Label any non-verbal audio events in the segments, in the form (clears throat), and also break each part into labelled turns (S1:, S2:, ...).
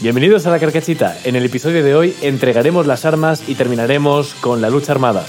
S1: Bienvenidos a la carcachita. En el episodio de hoy entregaremos las armas y terminaremos con la lucha armada.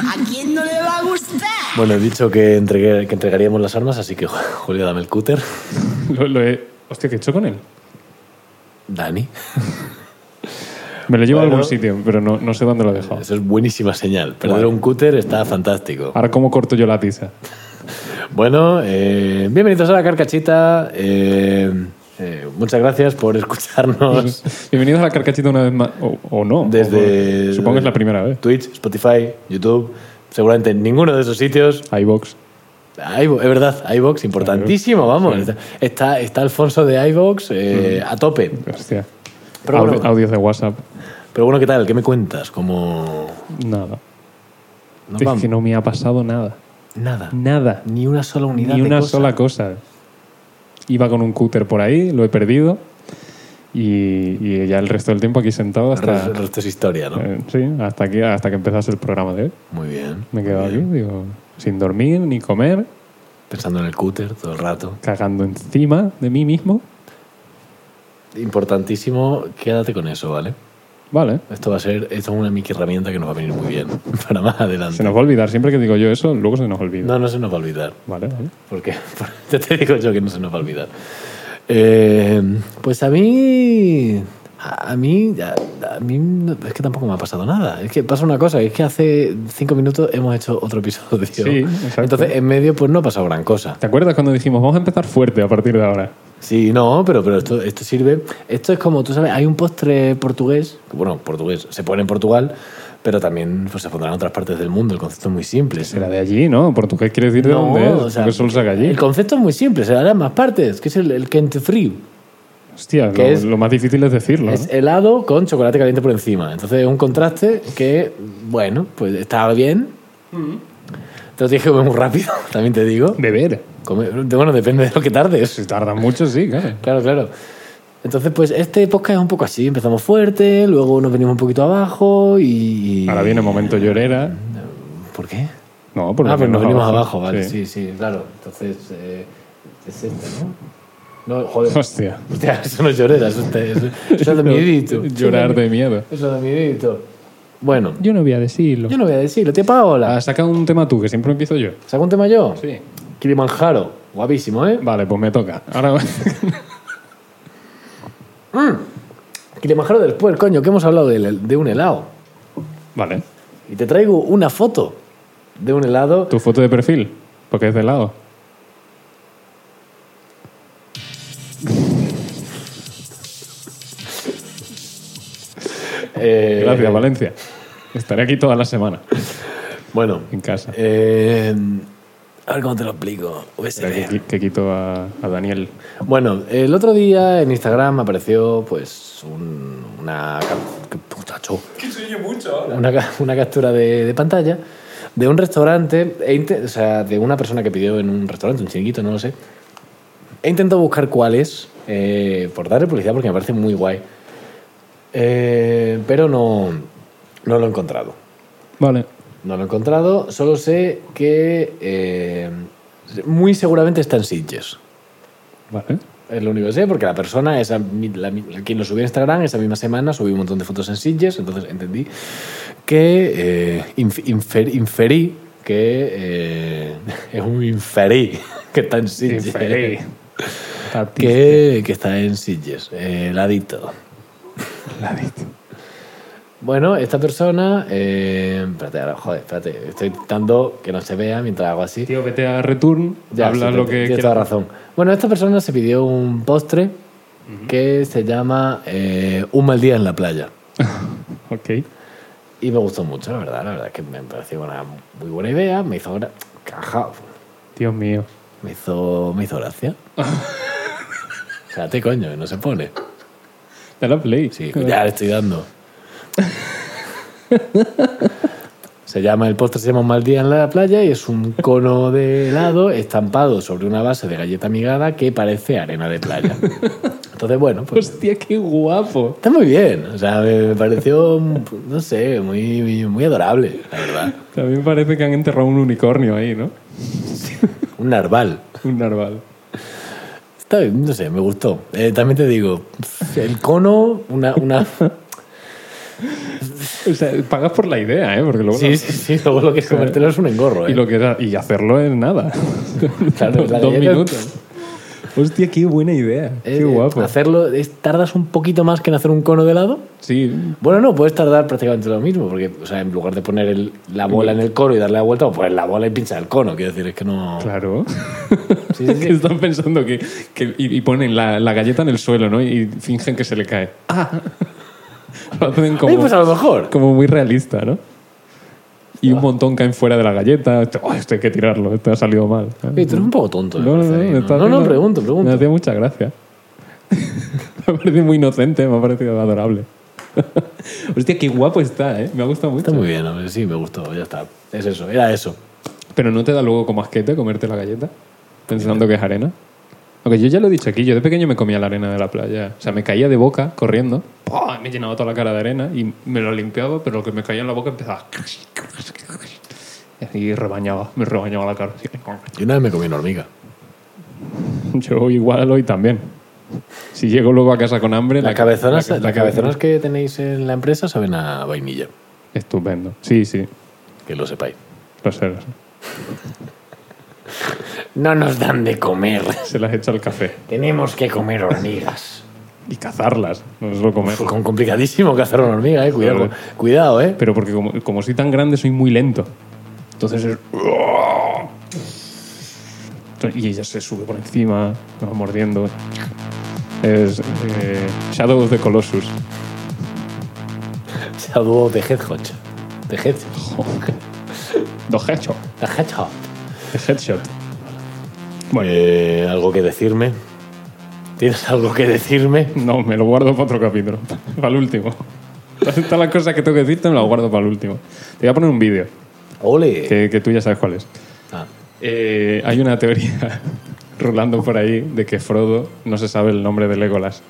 S2: ¿A quién no le va a gustar?
S1: Bueno, he dicho que, entregué- que entregaríamos las armas, así que (laughs) Julio, dame el cúter.
S3: Lo, lo he... Hostia, ¿qué he hecho con él?
S1: Dani,
S3: Me lo llevo
S1: Bueno.
S3: a algún sitio, pero no, no sé dónde lo he dejado.
S1: eso es buenísima señal. Perder
S3: Guay.
S1: un cúter está fantástico.
S3: Ahora, ¿cómo corto yo la tiza?
S1: Bueno, eh, bienvenidos a la carcachita. eh, eh, muchas gracias por escucharnos.
S3: (laughs) Bienvenidos a la carcachita una vez más. O, o no.
S1: Desde-
S3: o- supongo que es la primera vez.
S1: Twitch, Spotify, YouTube, seguramente en ninguno de esos sitios.
S3: iBox.
S1: iVo- es verdad, iVox, importantísimo, vamos. Está- Está, está Alfonso de iVox eh, a tope.
S3: Hostia.
S1: Pero
S3: Audi-
S1: bueno.
S3: Audios de WhatsApp.
S1: Pero bueno, ¿qué tal? ¿Qué me cuentas? Como...
S3: Nada.
S1: nos
S3: es
S1: vamos.
S3: que no me ha pasado nada.
S1: Nada.
S3: Nada.
S1: Ni una sola unidad
S3: Ni
S1: de
S3: una
S1: cosa.
S3: sola cosa. Iba con un cúter por ahí, lo he perdido. Y, y ya el resto del tiempo aquí sentado
S1: El resto-
S3: hasta.
S1: el resto es historia, ¿no?
S3: eh, sí, hasta, aquí, hasta que empezase el programa de hoy.
S1: Muy bien.
S3: Me he quedado
S1: Muy
S3: aquí,
S1: bien.
S3: digo, sin dormir ni comer,
S1: Pensando en el cúter todo el rato.
S3: cagando encima de mí mismo.
S1: Importantísimo, quédate con eso, ¿vale?
S3: Vale.
S1: Esto va a ser esto es una mini herramienta que nos va a venir muy bien (laughs) para más
S3: Se
S1: adelante.
S3: nos va a olvidar. Siempre que digo yo eso, luego se nos olvida.
S1: No, no se nos va a olvidar.
S3: Vale, vale.
S1: Porque (laughs) ya te digo yo que no se nos va a olvidar. Eh, pues a mí. A a mí. A, a mí. no- Es que tampoco me ha pasado nada. Es que pasa una cosa: es que hace cinco minutos hemos hecho otro episodio.
S3: Sí, exacto.
S1: Entonces, en medio, pues no ha pasado gran cosa.
S3: ¿Te acuerdas cuando dijimos, vamos a empezar fuerte a partir de ahora?
S1: Sí, no, pero, pero esto, esto sirve. Esto es como, tú sabes, hay un postre portugués. que, Bueno, portugués. Se pone en Portugal, pero también pues, se pondrá en otras partes del mundo. El concepto es muy simple.
S3: Será de allí, ¿no? Portugués quiere decir de
S1: No,
S3: dónde es.
S1: o sea,
S3: porque solo se haga allí.
S1: El concepto es muy simple, se dará en más partes, que es el, el Kent Free.
S3: Hostia, lo,
S1: que es-
S3: lo más difícil es decirlo.
S1: Es
S3: ¿no?
S1: helado con chocolate caliente por encima. Entonces es un contraste que, bueno, pues estaba bien. Entonces dije comer muy rápido, (laughs) también te digo.
S3: Beber.
S1: Comer- bueno, depende de lo que tardes.
S3: Si tardan mucho, sí, claro.
S1: Claro, claro. Entonces, pues este podcast es un poco así. Empezamos fuerte, luego nos venimos un poquito abajo y...
S3: Ahora viene el momento llorera.
S1: ¿Por qué?
S3: No, por lo
S1: ah, pero nos
S3: menos
S1: venimos abajo, vale. Sí,
S3: Sí.
S1: sí, claro. Entonces, eh, es este, ¿no? No,
S3: (laughs)
S1: joder.
S3: Hostia.
S1: Hostia, (laughs) eso no es llorera, eso, está- eso, eso es de miedito.
S3: (laughs) Llorar de miedo.
S1: Eso es de miedito. Bueno,
S3: Yo no voy a decirlo.
S1: yo no voy a decirlo. Tía Paola,
S3: Ah, saca un tema tú, que siempre empiezo yo.
S1: ¿saca un tema yo?
S3: Sí.
S1: Kilimanjaro, guapísimo, ¿eh?
S3: Vale, pues me toca. Ahora
S1: Kilimanjaro del pueblo, coño, que hemos hablado de, de un helado.
S3: (laughs) Vale.
S1: Y te traigo una foto de un helado.
S3: Tu foto de perfil, porque es de lado.
S1: eh,
S3: Gracias, Valencia. Estaré aquí toda la semana,
S1: Bueno,
S3: en casa.
S1: eh, a ver cómo te lo explico. USB.
S3: Espera que, qui- que quito a, a Daniel.
S1: Bueno, el otro día en Instagram apareció pues un- una... cap- ¡Qué puta cho! Una, ca- una captura de, de pantalla de un restaurante, e inte- o sea, de una persona que pidió en un restaurante, un chiringuito, no lo sé. He intentado buscar cuál es, eh, por darle publicidad porque me parece muy guay. Eh, pero no, no lo he encontrado.
S3: Vale.
S1: No lo he encontrado, solo sé que eh, muy seguramente está en Sitges.
S3: Vale.
S1: Es lo único que sé, porque la persona, esa, mi- la, mi- la- quien lo subió a Instagram, esa misma semana subí un montón de fotos en Sitges, entonces entendí que eh, inf- infer- inferí que eh, (laughs) es un inferí que está en Sitges. Que, que está en Sitges, eh, ladito.
S3: La viste.
S1: Bueno, esta persona. eh, espérate, ahora, joder, espérate. Estoy intentando que no se vea mientras hago así.
S3: Tío, vete a Return,
S1: Ya,
S3: habla
S1: sí,
S3: lo
S1: te-
S3: que
S1: Tienes toda
S3: quieras.
S1: razón. Bueno, esta persona se pidió un postre que se llama eh, Un mal día en la playa.
S3: Ok.
S1: Y me gustó mucho, la verdad. La verdad es que me pareció una muy buena idea. Me hizo, gra- caja,
S3: Dios mío.
S1: me hizo, me hizo
S3: (laughs)
S1: gracia. Espérate, coño, que no se pone.
S3: Dale a play.
S1: Sí, ya le estoy dando. Se llama, el postre se llama Un mal día en la playa y es un cono de helado estampado sobre una base de galleta migada que parece arena de playa. Entonces, bueno, pues
S3: Hostia, qué guapo.
S1: está muy bien. O sea, me me pareció, no sé, muy, muy adorable, la verdad.
S3: También parece que han enterrado un unicornio ahí, ¿no?
S1: Un narval.
S3: Un narval.
S1: Está bien, no sé, me gustó. Eh, también te digo, el cono, una... una...
S3: O sea, pagas por la idea, ¿eh? Porque luego
S1: Sí, sí, sí, luego lo que es comértelo es un engorro.
S3: y,
S1: ¿eh?
S3: lo que era- y hacerlo es nada.
S1: Claro,
S3: (laughs) Dos-
S1: la
S3: dos
S1: galleta-
S3: minutos. Hostia, qué buena idea.
S1: Eh,
S3: qué guapo.
S1: Hacerlo, es- tardas un poquito más que en hacer un cono de helado.
S3: Sí,
S1: Bueno, no, puedes tardar prácticamente lo mismo, porque o sea, en lugar de poner el- la bola en el cono y darle la vuelta, pues poner la bola y pinchar el cono. Quiero decir, es que no.
S3: claro.
S1: Sí, sí, sí.
S3: Que (laughs) están pensando que, que- y, y ponen la, la galleta en el suelo, ¿no? Y fingen que se le cae. Ah. Lo hacen como,
S1: Eh, pues a lo mejor.
S3: como muy realista, ¿no? Y un montón caen fuera de la galleta. Oh, esto hay que tirarlo, esto ha salido mal.
S1: Oye, tú eres un poco tonto. me
S3: No, no,
S1: parece
S3: no,
S1: ahí,
S3: me está
S1: no, no,
S3: haciendo-
S1: pregunto,
S3: Me
S1: pregunto.
S3: hacía mucha gracia. (laughs) me ha parecido muy inocente, me ha parecido adorable. (laughs) Hostia, qué guapo está, ¿eh? Me ha gustado mucho.
S1: Está muy bien, hombre, sí, me gustó, ya está. Es eso, era eso.
S3: Pero no te da luego como asquete comerte la galleta,
S1: Eh,
S3: pensando que es arena. Aunque yo ya lo he dicho aquí, yo de pequeño me comía la arena de la playa. O sea, me caía de boca corriendo, ¡pua! me llenaba toda la cara de arena y me lo limpiaba, pero lo que me caía en la boca empezaba. Y así rebañaba, me rebañaba la cara.
S1: Yo una vez me comí una hormiga.
S3: (laughs) Yo igual hoy también. Si llego luego a casa con hambre.
S1: Las cabezonas,
S3: la-
S1: las cabezonas que tenéis en la empresa saben a vainilla,
S3: Estupendo. Sí, sí.
S1: que lo sepáis.
S3: Lo sé, lo sé.
S1: No nos dan de comer.
S3: Se las echa al café.
S1: Tenemos que comer hormigas.
S3: Y cazarlas. No es lo comer.
S1: Con complicadísimo cazar una hormiga, eh. Cuidado,
S3: Joder.
S1: cuidado eh.
S3: Pero porque como, como soy tan grande, soy muy lento. Entonces es... Y ella se sube por encima, me va mordiendo. Es eh, Shadow of the Colossus.
S1: Shadow of the Hedgehog. The Hedgehog.
S3: Dos headshot.
S1: The Hedgehog.
S3: The headshot. Bueno,
S1: Eh, ¿Algo que decirme? ¿Tienes algo que decirme?
S3: no, me lo guardo para otro capítulo. Para el último. (laughs) Todas las cosas que tengo que decirte me las guardo para el último. Te voy a poner un vídeo,
S1: ¡Ole!
S3: que, que tú ya sabes cuál es.
S1: Ah,
S3: Eh, hay una teoría (laughs) rolando por ahí de que Frodo no se sabe el nombre de Legolas.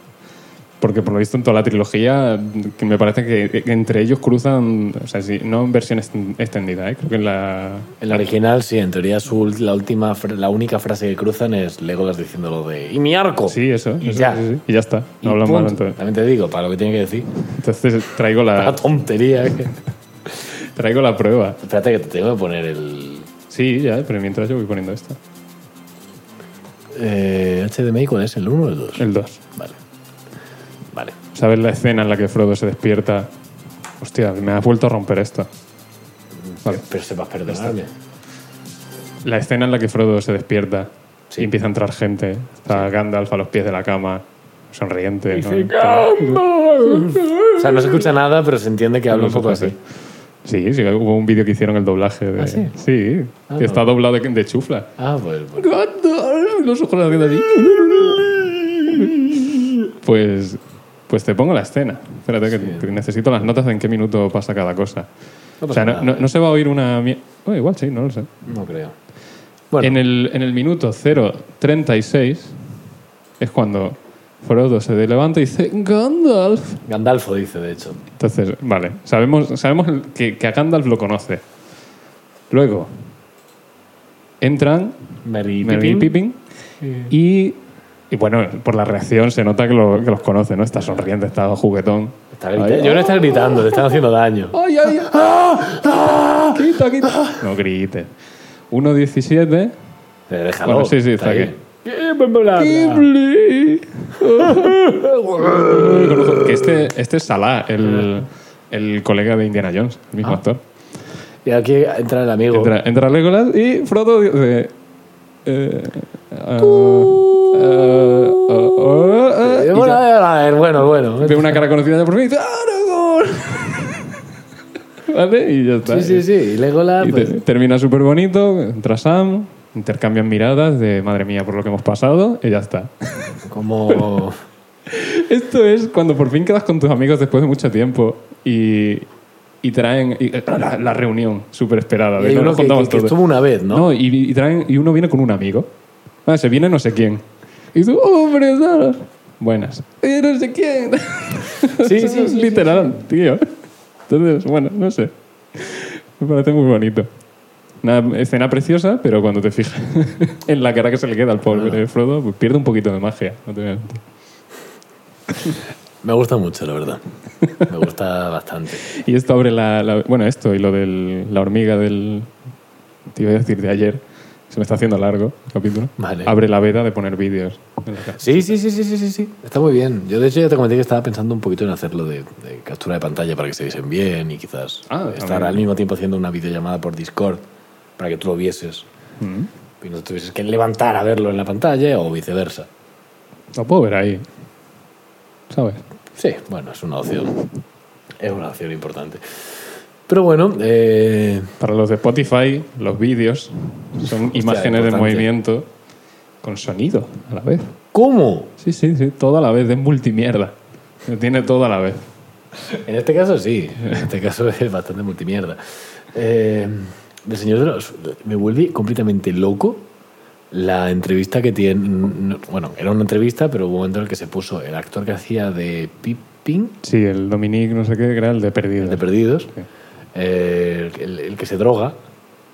S3: Porque por lo visto en toda la trilogía, que me parece que que entre ellos cruzan, o sea, sí, no en versión est- extendida, ¿eh? creo que en la...
S1: en la original, sí, en teoría su, ult- la última fra- la única frase que cruzan es Legolas diciendo lo de ¡Y mi arco!
S3: Sí, eso.
S1: Y
S3: eso,
S1: ya.
S3: sí, sí, y ya está.
S1: Y
S3: No hablan más
S1: punto.
S3: entonces.
S1: También te digo, para lo que tiene que decir.
S3: Entonces traigo
S1: La (laughs)
S3: la,
S1: tontería. que-
S3: traigo la prueba.
S1: Espérate que te tengo que poner el
S3: Sí, ya, pero mientras yo voy poniendo esto.
S1: eh, HDMI, ¿cuál es? ¿El 1 o el 2?
S3: El 2.
S1: Vale. Vale.
S3: ¿Sabes la escena en la que Frodo se despierta? Hostia, me has vuelto a romper esto. Vale.
S1: Pero sepas perdonarme.
S3: La escena en la que Frodo se despierta
S1: Sí.
S3: y empieza a entrar gente. Está Gandalf a los pies de la cama, sonriente. ¿no?
S1: O sea, no se escucha nada, pero se entiende que habla un poco así.
S3: Sí, sí, hubo un vídeo que hicieron el doblaje de.
S1: ¿Ah, sí? Ah, no.
S3: que está doblado de, de chufla.
S1: Ah, pues... bueno.
S3: Gandalf, los ojos haciendo así. Pues, pues te pongo la escena. Espérate, que te- necesito las notas de en qué minuto pasa cada cosa.
S1: No
S3: o
S1: pasa
S3: sea, no,
S1: nada.
S3: no- no se va a oír una. mie- Bueno, igual sí, no lo sé.
S1: No creo. Bueno,
S3: En, el, en el minuto 0.36 es cuando Frodo se levanta y dice Gandalf.
S1: Gandalfo dice, de hecho.
S3: Entonces, vale, sabemos, sabemos el- que, que a Gandalf lo conoce. Luego entran
S1: Merry
S3: Merry y
S1: Pippin.
S3: Pippin y, y bueno, por la reacción se nota que, lo- que los conoce, ¿no? Está sonriente, está juguetón.
S1: Está grita- Yo no está gritando, le están haciendo daño.
S3: ¡Ay, ay! Ah, ¡Quita, quita! No grites. 1.17
S1: Eh, Déjalo.
S3: Bueno, sí, sí, está aquí. Ghibli. que este, este es Salah, el, el colega de Indiana Jones, el mismo actor.
S1: Y aquí entra el amigo.
S3: Entra, entra Legolas y Frodo dice... eh, ah, ah, ah, ah,
S1: Eh,
S3: y
S1: bueno,
S3: ya.
S1: a ver, bueno, bueno.
S3: Ve una cara conocida de por fin y dice "Ah, ¡Aragorn! (laughs) ¿Vale? Y ya está.
S1: Sí, sí, sí. Y Legolas,
S3: Y te-
S1: pues,
S3: termina súper bonito, entra Sam, intercambian miradas de madre mía por lo que hemos pasado y ya
S1: (laughs)
S3: está. (laughs)
S1: como...
S3: Esto es cuando por fin quedas con tus amigos después de mucho tiempo y, y traen y- eh, la, la reunión súper esperada.
S1: Y hay uno que, que- que estuvo una vez, ¿no?
S3: y, y traen, y uno viene con un amigo. Ah, se viene no sé quién. Y tú, hombre, Sara. Buenas. Eh, no sé quién.
S1: (laughs) Sí, sí, sí, sí,
S3: Literal, tío. Entonces, bueno, no sé. Me parece muy bonito. Una escena preciosa, pero cuando te fijas (laughs) en la cara que se le queda al pobre
S1: Ah.
S3: Frodo, pues pierde un poquito de magia. No te voy a mentir.
S1: Me gusta mucho, la verdad. Me gusta bastante.
S3: Y esto abre la, la- Bueno, esto y lo de la hormiga del... Te iba a decir de ayer. Se me está haciendo largo el capítulo.
S1: Vale.
S3: Abre la veda de poner vídeos. en la cara.
S1: Sí, sí, sí, sí, sí, sí, sí. Está muy bien. Yo, de hecho, ya te comenté que estaba pensando un poquito en hacerlo de, de captura de pantalla para que se viesen bien y quizás
S3: Ah,
S1: estar
S3: también.
S1: al mismo tiempo haciendo una videollamada por Discord para que tú lo vieses
S3: Mm.
S1: y no te tuvieses que levantar a verlo en la pantalla o viceversa.
S3: Lo puedo ver ahí. ¿Sabes?
S1: Sí, bueno, es una opción. Es una opción importante. Pero bueno, eh,
S3: Para los de Spotify, los vídeos son imágenes de
S1: importante.
S3: movimiento con sonido a la vez.
S1: ¿cómo?
S3: Sí, sí, sí. Todo a la vez. Es multimierda. Lo tiene todo a la vez.
S1: En este caso sí, en este caso (laughs) es bastante multimierda. Eh, de Señor de los... Me vuelve completamente loco la entrevista que tiene... no- Bueno, era una entrevista, pero hubo un momento en el que se puso el actor que hacía de Pippin,
S3: Sí, el Dominique no sé qué, que era el de Perdidos.
S1: el de Perdidos,
S3: Sí.
S1: eh, el, el que se droga.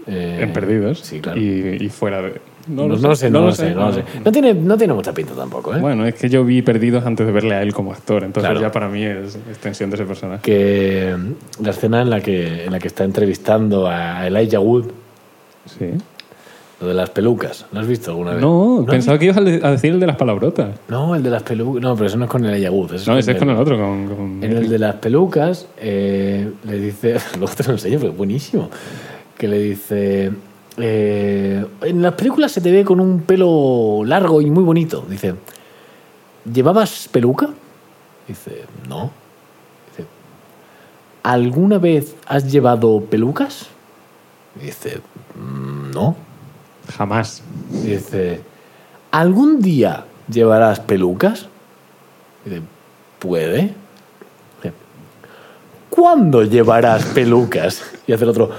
S1: eh,
S3: En Perdidos.
S1: Sí, claro.
S3: Y, y fuera de...
S1: No, no lo sé, no lo sé, no lo sé. No tiene, no tiene mucha pinta tampoco, ¿eh?
S3: Bueno, es que yo vi Perdidos antes de verle a él como actor, entonces
S1: Claro.
S3: ya para mí es extensión de ese personaje.
S1: Que mm, la escena en la que, en la que está entrevistando a Elijah Wood,
S3: Sí.
S1: lo de las pelucas, ¿lo has visto alguna vez?
S3: No,
S1: has
S3: pensaba que ibas a le- a decir el de las palabrotas.
S1: No, el de las pelucas. No, pero eso no es con el Ayaguz.
S3: No, ese es con el otro, con... con-
S1: En el de las pelucas eh, le dice. (laughs) Luego te lo enseño, pero es buenísimo. Que le dice. eh, en las películas se te ve con un pelo largo y muy bonito. Dice. ¿Llevabas peluca? Dice, no. Dice, ¿Alguna vez has llevado pelucas? Dice, "Mm, no.
S3: Jamás.
S1: Dice, ¿algún día llevarás pelucas? Dice, puede. Dice, ¿Cuándo llevarás pelucas? Y hace el otro,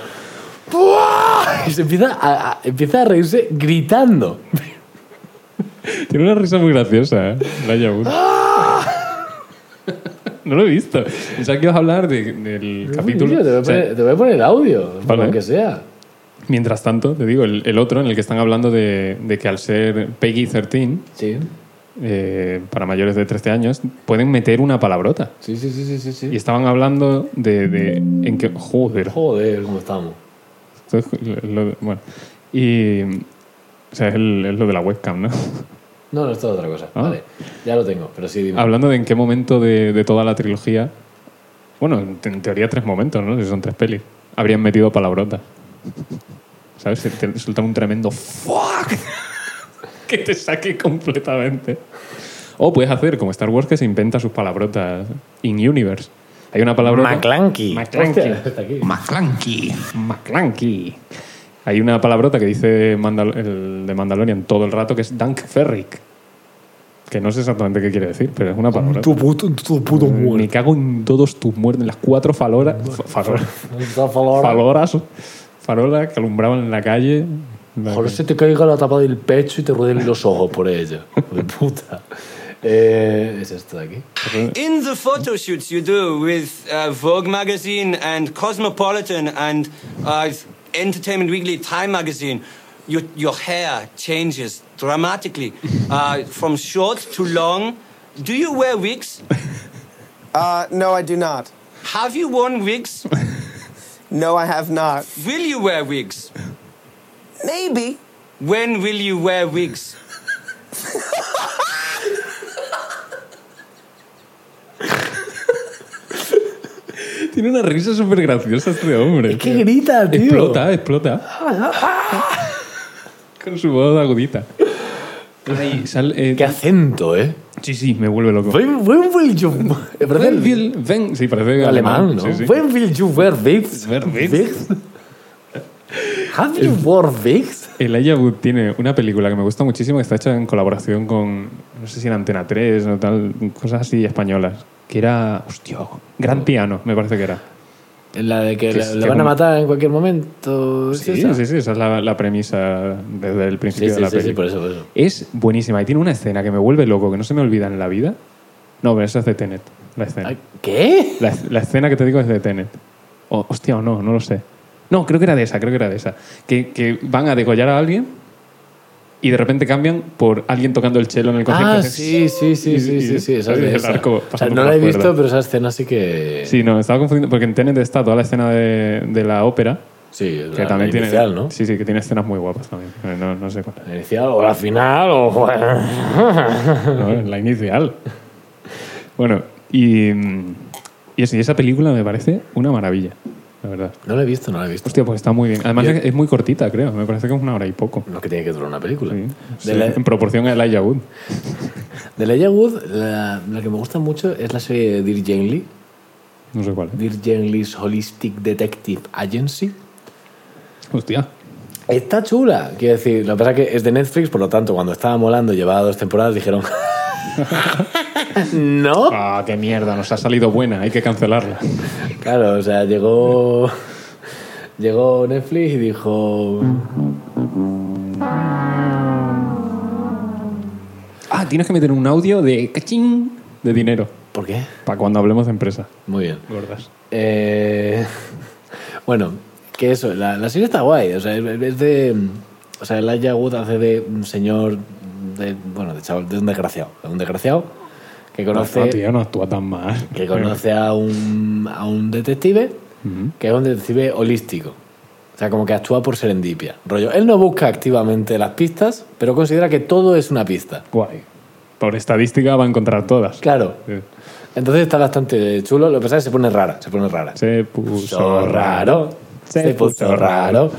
S1: "¡Buah!". y se empieza a, a- empieza a reírse gritando.
S3: Tiene una risa muy graciosa, ¿eh? La Yahoo. no lo he visto. Pensaba que ibas a hablar de- del capítulo.
S1: Tío, te, voy a
S3: O sea,
S1: poner, te voy a poner el audio, por
S3: Vale.
S1: lo que sea.
S3: mientras tanto, te digo, el, el otro en el que están hablando de, de que al ser Peggy 13,
S1: Sí,
S3: eh, para mayores de 13 años, pueden meter una palabrota.
S1: sí, sí, sí, sí. sí, sí.
S3: Y estaban hablando de, de- en que... Joder.
S1: Joder, cómo estamos.
S3: Esto es lo de- bueno. Y... O sea, es, el- es lo de la webcam, ¿no?
S1: No, no, esto es otra cosa.
S3: Ah.
S1: Vale, ya lo tengo, pero sí, dime.
S3: Hablando de en qué momento de, de toda la trilogía... Bueno, en, en teoría tres momentos, ¿no? Si son tres pelis. Habrían metido palabrota. ¿Sabes? Se te- Sueltan un tremendo fuck (laughs) que te saque completamente. O puedes hacer como Star Wars que se inventa sus palabrotas in-universe. Hay una palabrota...
S1: McClanky.
S3: McClanky.
S1: Hostia, (laughs) está aquí.
S4: McClanky.
S3: McClanky. Hay una palabrota que dice Mandal- el de Mandalorian todo el rato que es Dank Ferric. Que no sé exactamente qué quiere decir, pero es una palabra. Eh,
S1: Tu puto, tu puto
S3: Me
S1: muerto.
S3: cago en todos tus muertos, en las cuatro faloras. fa- faloras. Faloras. Farolas que alumbraban en la calle. La-
S1: Ojalá se este te caiga la tapa del pecho y te rueden los ojos por ella. (laughs) Hijo De puta. Eh, es esto de aquí.
S5: In the photo shoots you do with uh, Vogue magazine and Cosmopolitan and uh, Entertainment Weekly, Time magazine, your, your hair changes dramatically uh, from short to long. Do you wear wigs?
S6: Uh, no, I do not.
S5: Have you worn wigs?
S6: No, I have not.
S5: Will you wear wigs?
S6: Maybe.
S5: When will you wear wigs?
S3: Tiene una risa súper graciosa este hombre.
S1: ¿Qué
S3: tío.
S1: grita, tío?
S3: Explota, explota.
S1: (laughs)
S3: Con su voz agudita. Ay, sal- eh,
S1: Qué acento, ¿eh?
S3: sí, sí, me vuelve loco.
S1: Buen buen Will you- (laughs) Eh,
S3: Ven,
S1: Perdón.
S3: Bill, ven. Sí, parece
S1: Alemán, ¿no?
S3: Sí, sí.
S1: When will you wear wigs?
S3: Wear wigs.
S1: Wigs? Have you worn wigs?
S3: Elijah Wood tiene una película que me gusta muchísimo que está hecha en colaboración con, no sé si en Antena 3
S1: Mm.
S3: o tal, cosas así españolas, que era, hostia, Gran Piano, me parece que era.
S1: La de que
S3: Que-
S1: le, le
S3: que
S1: van a
S3: como-
S1: matar en cualquier momento. ¿es
S3: Sí,
S1: esa?
S3: sí, sí, esa es la, la premisa desde el
S1: Sí,
S3: principio
S1: sí,
S3: de la
S1: sí, sí,
S3: película.
S1: por eso, por eso.
S3: Es buenísima y tiene una escena que me vuelve loco, que no se me olvida en la vida. No, pero esa es de Tenet, la escena.
S1: Ay, ¿Qué?
S3: La, la escena que te digo es de Tenet. O- hostia, o no, no lo sé. No, creo que era de esa, creo que era de esa. Que, que van a degollar a alguien y de repente cambian por alguien tocando el chelo en el concierto.
S1: Ah,
S3: Hace-
S1: sí, sí, sí,
S3: y-
S1: sí,
S3: y-
S1: sí, sí, esa es
S3: y
S1: de
S3: el
S1: esa.
S3: arco
S1: O sea,
S3: pasando
S1: no
S3: por
S1: la he
S3: la
S1: visto,
S3: cuerda.
S1: pero esa escena sí que...
S3: Sí, no, me estaba confundiendo porque en Tenet está toda la escena de, de la ópera.
S1: Sí, la,
S3: Que también
S1: la
S3: tiene.
S1: inicial, ¿no?
S3: Sí, sí, que tiene escenas muy guapas también. Eh, No, no sé cuál.
S1: La inicial o (laughs) la final o...
S3: No,
S1: (laughs)
S3: es la inicial. Bueno, y. mm, Y, eso, y esa película me parece una maravilla, la verdad.
S1: no la he visto, no la he visto.
S3: Hostia, pues está muy bien. Además, es- es muy cortita, creo. Me parece que es una hora y poco.
S1: Lo que tiene que durar una película.
S3: Sí. Sí,
S1: De, la,
S3: En proporción a Elijah Wood.
S1: de Elijah Wood, la, la que me gusta mucho es la serie de Dear Jane Lee.
S3: No sé cuál. ¿eh?
S1: Dear Jane Lee's Holistic Detective Agency.
S3: Hostia.
S1: Está chula. Quiero decir, lo que pasa es que es de Netflix, por lo tanto, cuando estaba molando, llevaba dos temporadas, dijeron... (laughs) no.
S3: Ah, qué mierda, nos ha salido buena, hay que cancelarla.
S1: Claro, o sea, llegó. Llegó Netflix y dijo.
S3: Ah, tienes que meter un audio de cachín de dinero
S1: ¿Por qué?
S3: para cuando hablemos de empresa.
S1: Muy bien.
S3: Gordas.
S1: Eh, (laughs) bueno, que eso, la, la serie está guay. O sea, es de. O sea, Elijah Wood hace de un señor. De, bueno, de chaval, de un desgraciado. De un desgraciado que conoce.
S3: No, Ah, tío, no actúa tan mal.
S1: que conoce a un, a un detective
S3: Ujú.
S1: que es un detective holístico. O sea, como que actúa por serendipia. Rollo, él no busca activamente las pistas, pero considera que todo es una pista.
S3: Guay. Por estadística va a encontrar todas.
S1: Claro.
S3: Sí.
S1: Entonces está bastante chulo. Lo que pasa es que se pone rara, se pone rara.
S3: Se puso raro.
S1: Se, puso raro.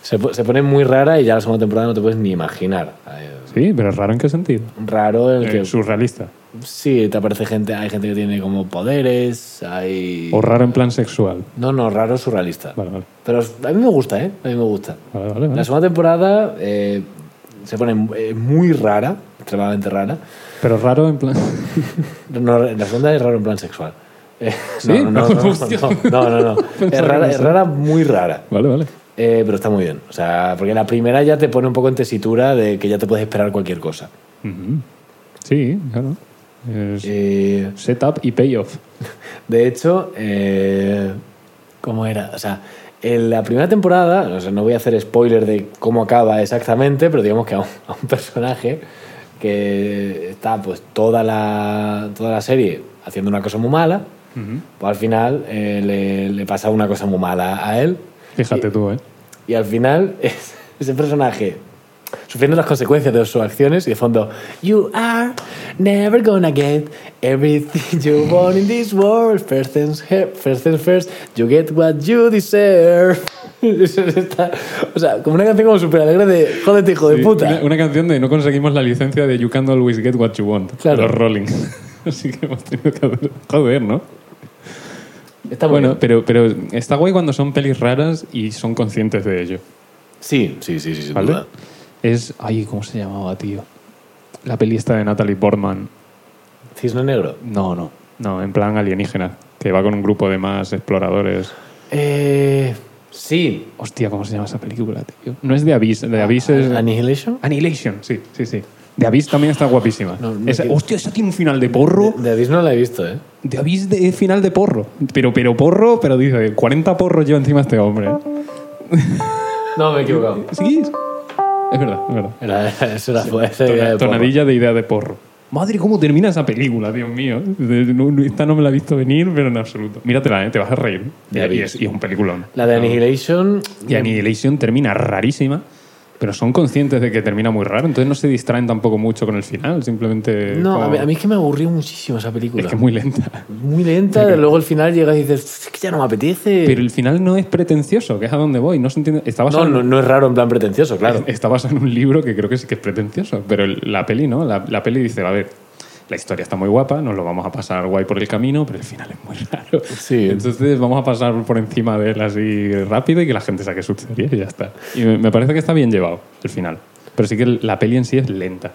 S1: Se, po- se pone muy rara y ya la segunda temporada no te puedes ni imaginar. Eh,
S3: Sí, pero raro en qué sentido.
S1: Raro en el
S3: Eh,
S1: que...
S3: surrealista.
S1: Sí, te aparece gente... Hay gente que tiene como poderes, hay...
S3: O raro en plan sexual.
S1: No, no, raro surrealista.
S3: Vale, vale.
S1: Pero a mí me gusta, ¿eh? A mí me gusta.
S3: Vale, vale, vale.
S1: La segunda temporada eh, se pone eh, muy rara, extremadamente rara.
S3: Pero raro en plan. (laughs)
S1: No, la segunda es rara en plan sexual. Eh,
S3: ¿Sí?
S1: No, no, no. No,
S3: (laughs) Hostia.
S1: no, no, no, no.
S3: (laughs) Pensaba
S1: Es,
S3: que
S1: rara,
S3: no
S1: es
S3: sé.
S1: rara, muy rara.
S3: Vale, vale.
S1: Eh, pero está muy bien. O sea, porque la primera ya te pone un poco en tesitura de que ya te puedes esperar cualquier cosa.
S3: Ujú. Sí, claro. Es
S1: Eh,
S3: Setup y payoff.
S1: de hecho, eh, ¿cómo era? O sea, en la primera temporada, o sea, no voy a hacer spoiler de cómo acaba exactamente, pero digamos que a un, a un personaje que está pues toda la, toda la serie haciendo una cosa muy mala, pues al final eh, le, le pasa una cosa muy mala a él
S3: Fíjate tú, ¿eh?
S1: Y al final, (laughs) es- ese personaje sufriendo las consecuencias de sus acciones y de fondo, You are never gonna get everything you want in this world. First things, he- first, things first, you get what you deserve. (laughs) Eso está- o sea, como una canción como súper alegre de Jódete, hijo de
S3: Sí,
S1: puta.
S3: Una, una canción de no conseguimos la licencia de You Can Always Get What You Want.
S1: Claro.
S3: de Los Rolling. (laughs) Así que hemos tenido que hacer. Joder, ¿no?
S1: Está muy
S3: bueno,
S1: bien.
S3: pero, pero está guay cuando son pelis raras y son conscientes de ello.
S1: Sí, sí, sí, sí, sin
S3: ¿Vale?
S1: duda.
S3: Es. Ay, ¿cómo se llamaba, tío? La peli esta de Natalie Portman.
S1: Cisne negro.
S3: No, no. No, en plan alienígena. Que va con un grupo de más exploradores.
S1: Eh, sí.
S3: Hostia, ¿cómo se llama esa película, tío? No es de Abyss.
S1: Ah,
S3: De Abyss es.
S1: Annihilation.
S3: Annihilation, sí, sí, sí. De Abyss también está guapísima.
S1: No, no
S3: Esa-
S1: quiero-
S3: hostia, esa tiene un final de porro.
S1: De Abyss no la he visto, ¿eh?
S3: De Abyss de final de porro. Pero, pero porro, pero dice, 40 porros lleva encima este hombre.
S1: No, me he equivocado.
S3: Sí. Es es verdad, es verdad.
S1: Era, (laughs) eso era, esa
S3: Tona-
S1: idea de porro.
S3: tonadilla de idea de porro. Madre, ¿cómo termina esa película, Dios mío? De- no- no- esta no me la he visto venir, pero en absoluto. Míratela, ¿eh? te vas a reír.
S1: De
S3: y,
S1: Abyss.
S3: es, y es un peliculón.
S1: La de Annihilation.
S3: Y Annihilation termina rarísima, pero son conscientes de que termina muy raro, entonces no se distraen tampoco mucho con el final, simplemente...
S1: No,
S3: Eh, como-
S1: a mí, a mí es que me aburrió muchísimo esa película.
S3: Es que es muy lenta.
S1: Muy lenta, luego al final llegas y dices, es que ya no me apetece.
S3: Pero el final no es pretencioso, que es a donde voy, no se entiende... Está basado
S1: no,
S3: en-
S1: no, no es raro en plan pretencioso,
S3: (laughs)
S1: claro.
S3: Está basado en un libro que creo que sí que es pretencioso, pero el- la peli no. La, la peli dice, a ver, la historia está muy guapa, nos lo vamos a pasar guay por el camino, pero el final es muy (laughs) raro.
S1: Sí.
S3: Entonces vamos a pasar por encima de él así rápido y que la gente saque sus series y ya está. Y me, me parece que está bien llevado el final. Pero sí que el- la peli en sí es lenta.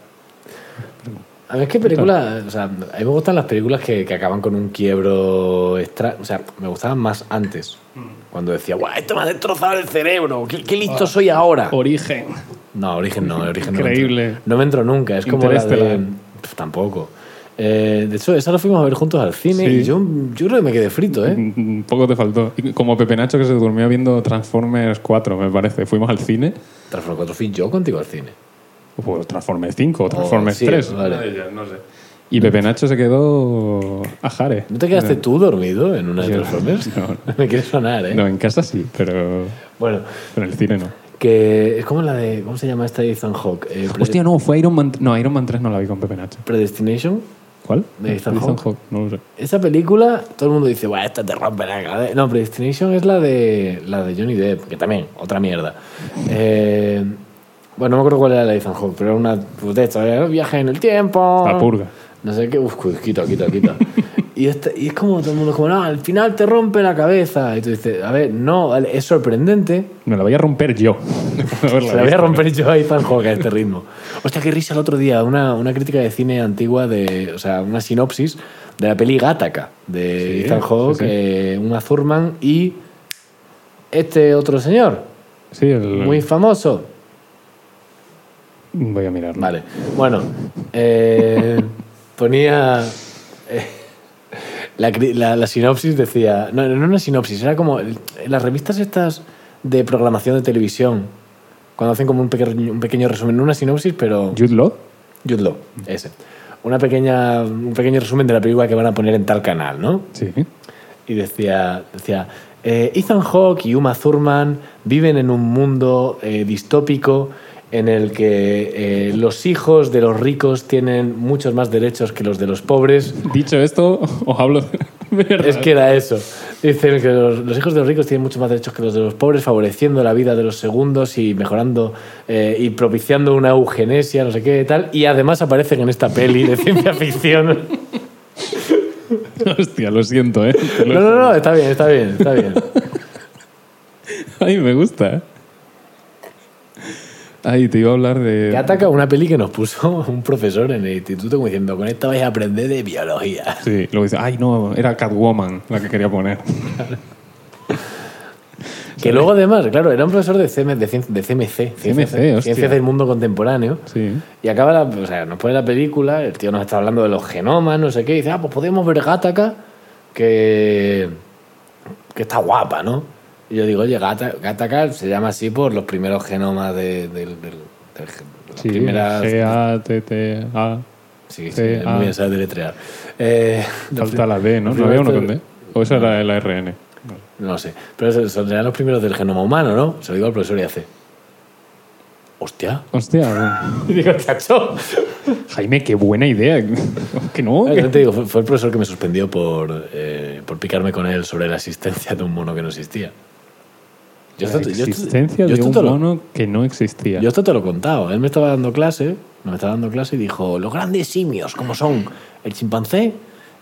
S1: A mí es que películas, o sea, a mí me gustan las películas que, que acaban con un quiebro extra, o sea, me gustaban más antes,
S3: Mm.
S1: cuando decía, guau, esto me ha destrozado el cerebro, qué, qué
S3: Ah.
S1: listo soy ahora.
S3: Origen.
S1: No, origen no, origen
S3: Increíble.
S1: no. me entró. No me entró nunca, es como la de...
S3: Interestelar.
S1: Pff, tampoco. Eh, de hecho, esa la fuimos a ver juntos al cine
S3: Sí.
S1: y yo, yo creo que me quedé frito, ¿eh?
S3: Mm, Poco te faltó. Y Como Pepe Nacho que se durmió viendo Transformers 4, me parece. Fuimos al cine.
S1: Transformers 4 fui yo contigo al cine.
S3: O Pues Transformers 5 o Transformers
S1: Oh, sí,
S3: 3.
S1: vale.
S3: una de ellas, no sé. Y Pepe Nacho se quedó a Jare.
S1: ¿No te quedaste tú dormido en una de
S3: Yo-
S1: Transformers?
S3: no.
S1: (laughs) me quiere sonar, ¿eh?
S3: No, en casa sí, pero,
S1: Bueno,
S3: pero en el cine no.
S1: que es como la de... ¿Cómo se llama esta de Ethan Hawke? Eh, Pre-
S3: Hostia, no, fue Iron Man. No, Iron Man 3 no la vi con Pepe Nacho.
S1: Predestination.
S3: ¿Cuál?
S1: De Ethan Hawke.
S3: No lo sé.
S1: Esa película, todo el mundo dice, Buah, esta te rompe la cabeza. No, Predestination es la de, la de Johnny Depp, que también, otra mierda. Eh, bueno, no me acuerdo cuál era la de Ethan Hawke, pero era una pues, de esto, eh, viaje en el tiempo.
S3: La purga.
S1: No sé qué, uf, cu- quita, quita, quita. (laughs) y, este- y es como todo el mundo, es como, no, al final te rompe la cabeza. Y tú dices, a ver, no, vale, es sorprendente.
S3: Me la voy a romper yo. (laughs)
S1: Se Pues la voy a romper yo a Ethan Hawke a este ritmo. Hostia, qué risa el otro día. Una, una crítica de cine antigua, de, o sea, una sinopsis de la peli Gataca de
S3: Sí,
S1: Ethan Hawke,
S3: sí, sí.
S1: eh, Uma Thurman y este otro señor,
S3: Sí, el...
S1: muy famoso.
S3: Voy a mirarlo.
S1: Vale, bueno,
S3: (laughs)
S1: eh, ponía... eh, la, cri- la- la sinopsis decía... No, no era una sinopsis, era como... el- en las revistas estas de programación de televisión, cuando hacen como un pequeño, un pequeño resumen, no una sinopsis, pero...
S3: Jude Law.
S1: Jude Law, ese. Una pequeña, un pequeño resumen de la película que van a poner en tal canal, ¿no?
S3: Sí.
S1: Y decía, decía eh, Ethan Hawke y Uma Thurman viven en un mundo eh, distópico en el que eh, los hijos de los ricos tienen muchos más derechos que los de los pobres.
S3: Dicho esto, (laughs) os hablo de verdad.
S1: Es que era eso. Dicen que los, los hijos de los ricos tienen muchos más derechos que los de los pobres, favoreciendo la vida de los segundos y mejorando eh, y propiciando una eugenesia, no sé qué tal. Y además aparecen en esta peli de ciencia ficción.
S3: Hostia, lo siento, ¿eh? Te lo
S1: No, no, no, está bien, está bien, está bien.
S3: Ay, me gusta. ¿eh? Ay, te iba a hablar de...
S1: (laughs) Que ataca una peli que nos puso (laughs) un profesor en el instituto como diciendo, con esta vais a aprender de biología.
S3: Sí, luego dice, ay, no, era Catwoman la que quería poner.
S1: Que luego además, claro, era un profesor de, CM, de, cien- de CMC, Ciencias-
S3: CMC, hostia.
S1: Ciencias del Mundo Contemporáneo.
S3: Sí.
S1: Y acaba la, o sea, nos pone la película, el tío nos está hablando de los genomas, no sé qué, y dice, ah, pues podemos ver Gataca, que, que está guapa, ¿no? Y yo digo, oye, Gata- Gataca se llama así por los primeros genomas de, del- del- del gen- las
S3: Sí,
S1: primeras...
S3: G-A-T-T-A.
S1: Sí, sí,
S3: G,
S1: es
S3: A.
S1: muy bien, sabes deletrear. Eh, los
S3: ah. Falta
S1: prim-
S3: la D, ¿no?
S1: los
S3: ¿No había uno
S1: primeros
S3: con D? ¿O esa era la RN?
S1: No lo sé. Pero se- son- serán los primeros del genoma humano, ¿no? Se lo digo al profesor y hace. ¡Hostia!
S3: (laughs) Hostia,
S1: Y digo, chacho.
S3: Jaime, qué buena idea. (laughs) que no,
S1: Claro,
S3: que-
S1: yo te digo, fue, fue el profesor que me suspendió por, eh, por picarme con él sobre la existencia de un mono que no existía. Yo
S3: la
S1: esto, yo esto-
S3: existencia
S1: yo
S3: de
S1: esto
S3: un
S1: te lo-
S3: mono que no existía.
S1: Yo esto te lo he contado. Él me estaba dando clase, me estaba dando clase y dijo, los grandes simios, como son el chimpancé,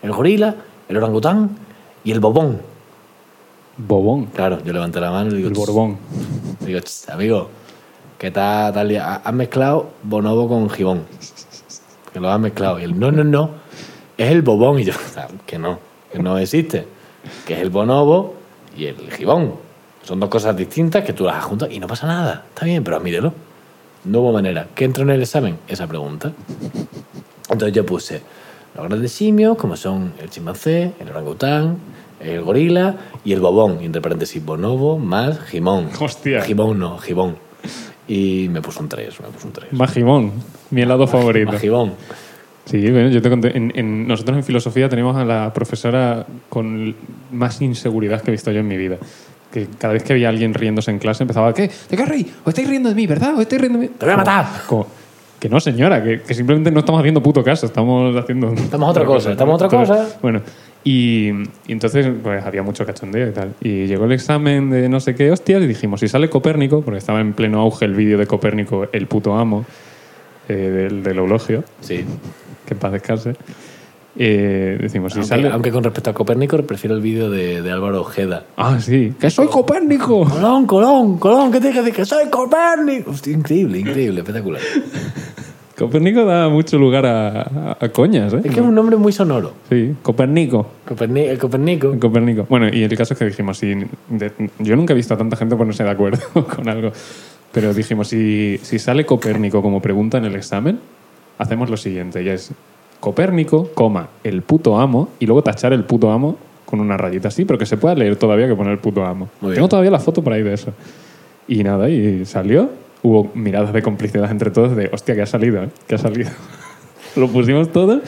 S1: el gorila, el orangután y el bobón.
S3: Bobón.
S1: Claro, yo levanté la mano y digo,
S3: El
S1: "Tss".
S3: Borbón.
S1: Digo, "Ch, amigo, que tal, tal día? Has mezclado bonobo con gibón. Que lo has mezclado. Y él, no, no, no. Es el bobón. Y yo, (laughs) "Ah, que no, que no existe. Que es el bonobo y el gibón. Son dos cosas distintas que tú las has juntado y no pasa nada. Está bien, pero mírelo. No hubo manera. ¿Qué entró en el examen? Esa pregunta. Entonces yo puse los grandes simios, como son el chimpancé, el orangután, el gorila y el bobón. Y entre paréntesis, bonobo más gimón.
S3: Hostia.
S1: Gimón no, gibón. Y me puso un 3, me puso un 3.
S3: Magimón, mi helado favorito.
S1: Más gibón.
S3: Sí, bueno, yo te conté. En, en- nosotros en filosofía tenemos a la profesora con más inseguridad que he visto yo en mi vida. Que cada vez que había alguien riéndose en clase empezaba, ¿qué? ¿De qué os reís? ¿Os estáis riendo de mí, verdad? ¿Os estáis riendo de mí?
S1: ¡Te voy a
S3: Como-
S1: matar!
S3: como, que no, señora, que, que simplemente no estamos haciendo puto caso, estamos haciendo.
S1: Estamos otra cosa, estamos otra
S3: Entonces,
S1: cosa.
S3: Bueno, y, y entonces pues, había mucho cachondeo y tal. Y llegó el examen de no sé qué hostias y dijimos, si sale Copérnico, porque estaba en pleno auge el vídeo de Copérnico, el puto amo, eh, del, del eulogio
S1: Sí.
S3: que en paz descanse. Eh, decimos, si
S1: Aunque,
S3: sale.
S1: aunque con respecto a Copérnico, prefiero el vídeo de, de Álvaro Ojeda.
S3: Ah, sí. ¡Que soy Copérnico!
S1: Colón, Colón, Colón, ¿qué te dije? Que soy Copérnico. Hostia, increíble, increíble, espectacular.
S3: Copérnico da mucho lugar a, a- a coñas, ¿eh?
S1: Es que es un nombre muy sonoro.
S3: Sí, Copernico.
S1: Coperni- eh, Copernico.
S3: Copérnico. Bueno, y el caso es que dijimos, si, de- yo nunca he visto a tanta gente ponerse de acuerdo (laughs) con algo, pero dijimos, si, si sale Copérnico como pregunta en el examen, hacemos lo siguiente, ya es Copérnico, coma, el puto amo, y luego tachar el puto amo con una rayita así, pero que se pueda leer todavía que poner el puto amo.
S1: Muy bien.
S3: Tengo todavía la foto por ahí de eso. Y nada, y salió, hubo miradas de complicidad entre todos de, hostia, que ha salido, ¿eh? que ha salido. lo pusimos todo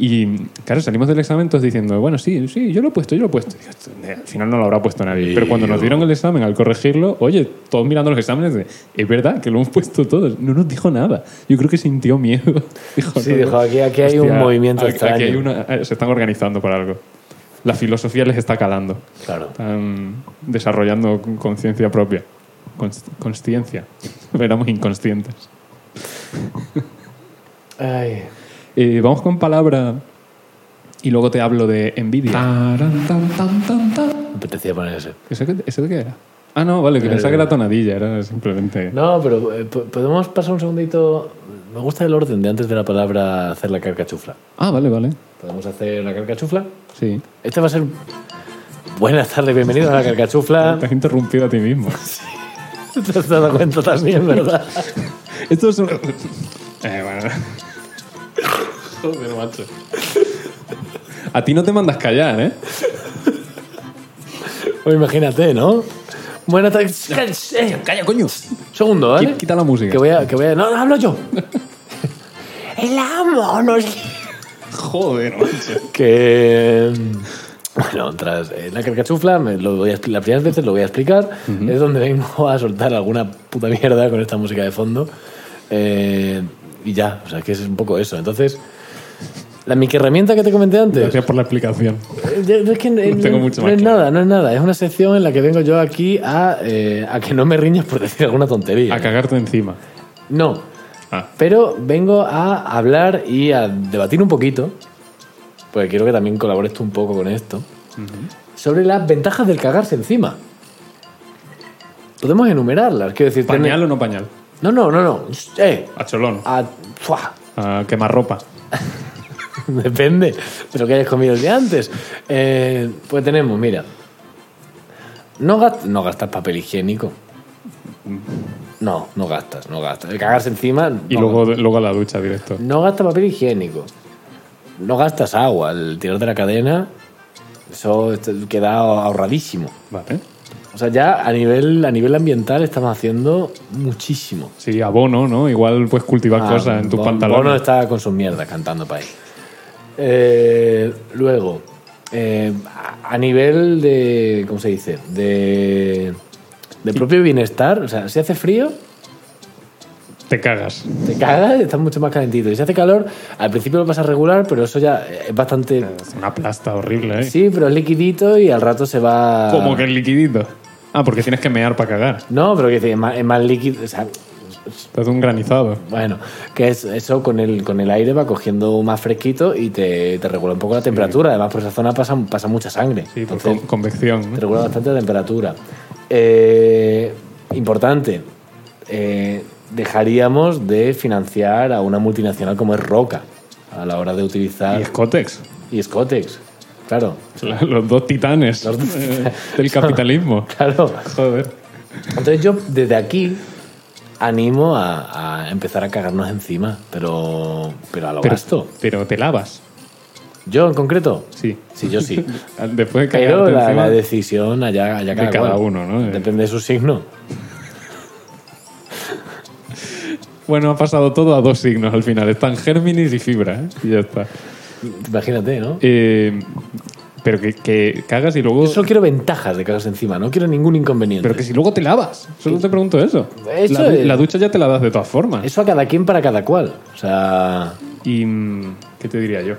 S3: y claro, salimos del examen todos diciendo, bueno, sí, sí, yo lo he puesto, yo lo he puesto. Digo, "Esto, eh, al final no lo habrá puesto nadie. Pero cuando nos dieron el examen, al corregirlo, oye, todos mirando los exámenes, de, es verdad que lo hemos puesto todos. No nos dijo nada. Yo creo que sintió miedo. (laughs) Dijo,
S1: Sí,
S3: "No, no".
S1: dijo, "Aquí- aquí hay un movimiento
S3: aquí- aquí hay
S1: extraño".
S3: una- eh, se están organizando para algo. La filosofía les está calando.
S1: Claro.
S3: Están desarrollando con- conciencia propia. Cons- Consciencia. (laughs) Éramos inconscientes.
S1: Ay.
S3: Eh, vamos con palabra y luego te hablo de envidia.
S1: Me apetecía poner ese.
S3: ¿Eso, qué- eso de qué era? Ah, no, vale, que pensaba que
S1: Eh.
S3: era tonadilla, era simplemente...
S1: No, pero eh, po- podemos pasar un segundito. Me gusta el orden de antes de la palabra hacer la carcachufla.
S3: Ah, vale, vale.
S1: Podemos hacer la carcachufla.
S3: Sí.
S1: Este va a ser. Buenas tardes, bienvenidos a la carcachufla. (laughs)
S3: Te has interrumpido a ti mismo.
S1: Te has dado cuenta también, (laughs) ¿verdad?
S3: Esto es un... Eh, bueno. Joder, macho. A ti no te mandas callar, ¿eh?
S1: Pues imagínate, ¿no? Buenas tardes. Calla, calla, coño. Segundo, ¿vale?
S3: Qui- Quita la música.
S1: Que voy a. Que voy a... No, no, hablo yo. (laughs) El amo, no sé.
S3: Joder, macho.
S1: que bueno, tras eh, la carcachufla, me lo voy a, expli- las primeras veces lo voy a explicar, es donde vengo a soltar alguna puta mierda con esta música de fondo. Eh, y ya, o sea, que es un poco eso. Entonces, la microherramienta que te comenté antes,
S3: Gracias por la explicación.
S1: eh, ya- es que eh,
S3: No tengo mucho más
S1: es
S3: claro.
S1: nada, no es nada. Es una sección en la que vengo yo aquí a, eh, a que no me riñas por decir alguna tontería.
S3: A cagarte encima.
S1: No,
S3: Ah,
S1: pero vengo a hablar y a debatir un poquito, porque quiero que también colabores tú un poco con esto, sobre las ventajas del cagarse encima. Podemos enumerarlas, quiero decir... tiene-
S3: ¿pañal o no pañal?
S1: No, no, no, no. Eh,
S3: A cholón.
S1: a... ¡fua!
S3: A quemarropa.
S1: (laughs) Depende de lo que hayas comido el día antes. Eh, pues tenemos, mira. No, gas- no gastas papel higiénico. No, no gastas, no gastas. El cagarse encima...
S3: Y
S1: no
S3: luego, luego a la ducha directo.
S1: No gastas papel higiénico. No gastas agua. El tirar de la cadena, eso este- queda ahorradísimo.
S3: Vale.
S1: O sea, ya a nivel, a nivel ambiental estamos haciendo muchísimo.
S3: Sí, abono, ¿no? Igual puedes cultivar
S1: Ah,
S3: cosas en tus
S1: Bon-
S3: pantalones.
S1: Bono está con sus mierdas cantando para ahí. Eh, luego, eh, a a nivel de. ¿Cómo se dice? De. De propio bienestar. O sea, si hace frío,
S3: Te cagas.
S1: te cagas, estás mucho más calentito. Y si hace calor, al principio lo vas a regular, pero eso ya es bastante.
S3: Es una plasta horrible, ¿eh?
S1: Sí, pero es liquidito y al rato se va.
S3: Como que el liquidito. Ah, porque tienes que mear para cagar.
S1: No, pero que dice, es más, es más líquido. o sea,
S3: Te hace un granizado.
S1: bueno, que es, eso con el, con el aire va cogiendo más fresquito y te, te regula un poco la temperatura. Además, por esa zona pasa, pasa mucha sangre.
S3: Sí, por
S1: Entonces,
S3: con- convección.
S1: te
S3: ¿no?
S1: regula bastante la temperatura. Eh, importante. eh, dejaríamos de financiar a una multinacional como es Roca a la hora de utilizar
S3: Y Scotex.
S1: y Scotex. Claro, (laughs)
S3: La- Los dos titanes
S1: Los dos
S3: eh,
S1: titanes.
S3: del capitalismo.
S1: (laughs) claro.
S3: Joder.
S1: Entonces yo desde aquí animo a, a empezar a cagarnos encima, pero, pero a lo
S3: Pero,
S1: gasto.
S3: pero te lavas.
S1: Yo en concreto,
S3: Sí.
S1: sí, yo
S3: (laughs)
S1: sí.
S3: Después de cagarte
S1: Pero la,
S3: encima,
S1: la decisión allá, allá
S3: De cada uno, ¿no?
S1: Depende de su signo.
S3: Bueno, ha pasado todo a dos signos al final. Están Géminis y Fibra, ¿eh? Y ya está.
S1: Imagínate, ¿no?
S3: Eh, pero que, que cagas y luego...
S1: Yo solo quiero ventajas de cagarse encima, no quiero ningún inconveniente.
S3: Pero que si luego te lavas. Solo te pregunto eso.
S1: Eso
S3: la, du-
S1: es-
S3: la ducha ya te la das de todas formas.
S1: Eso a cada quien para cada cual. O sea,
S3: Y. mm, ¿Qué te diría yo?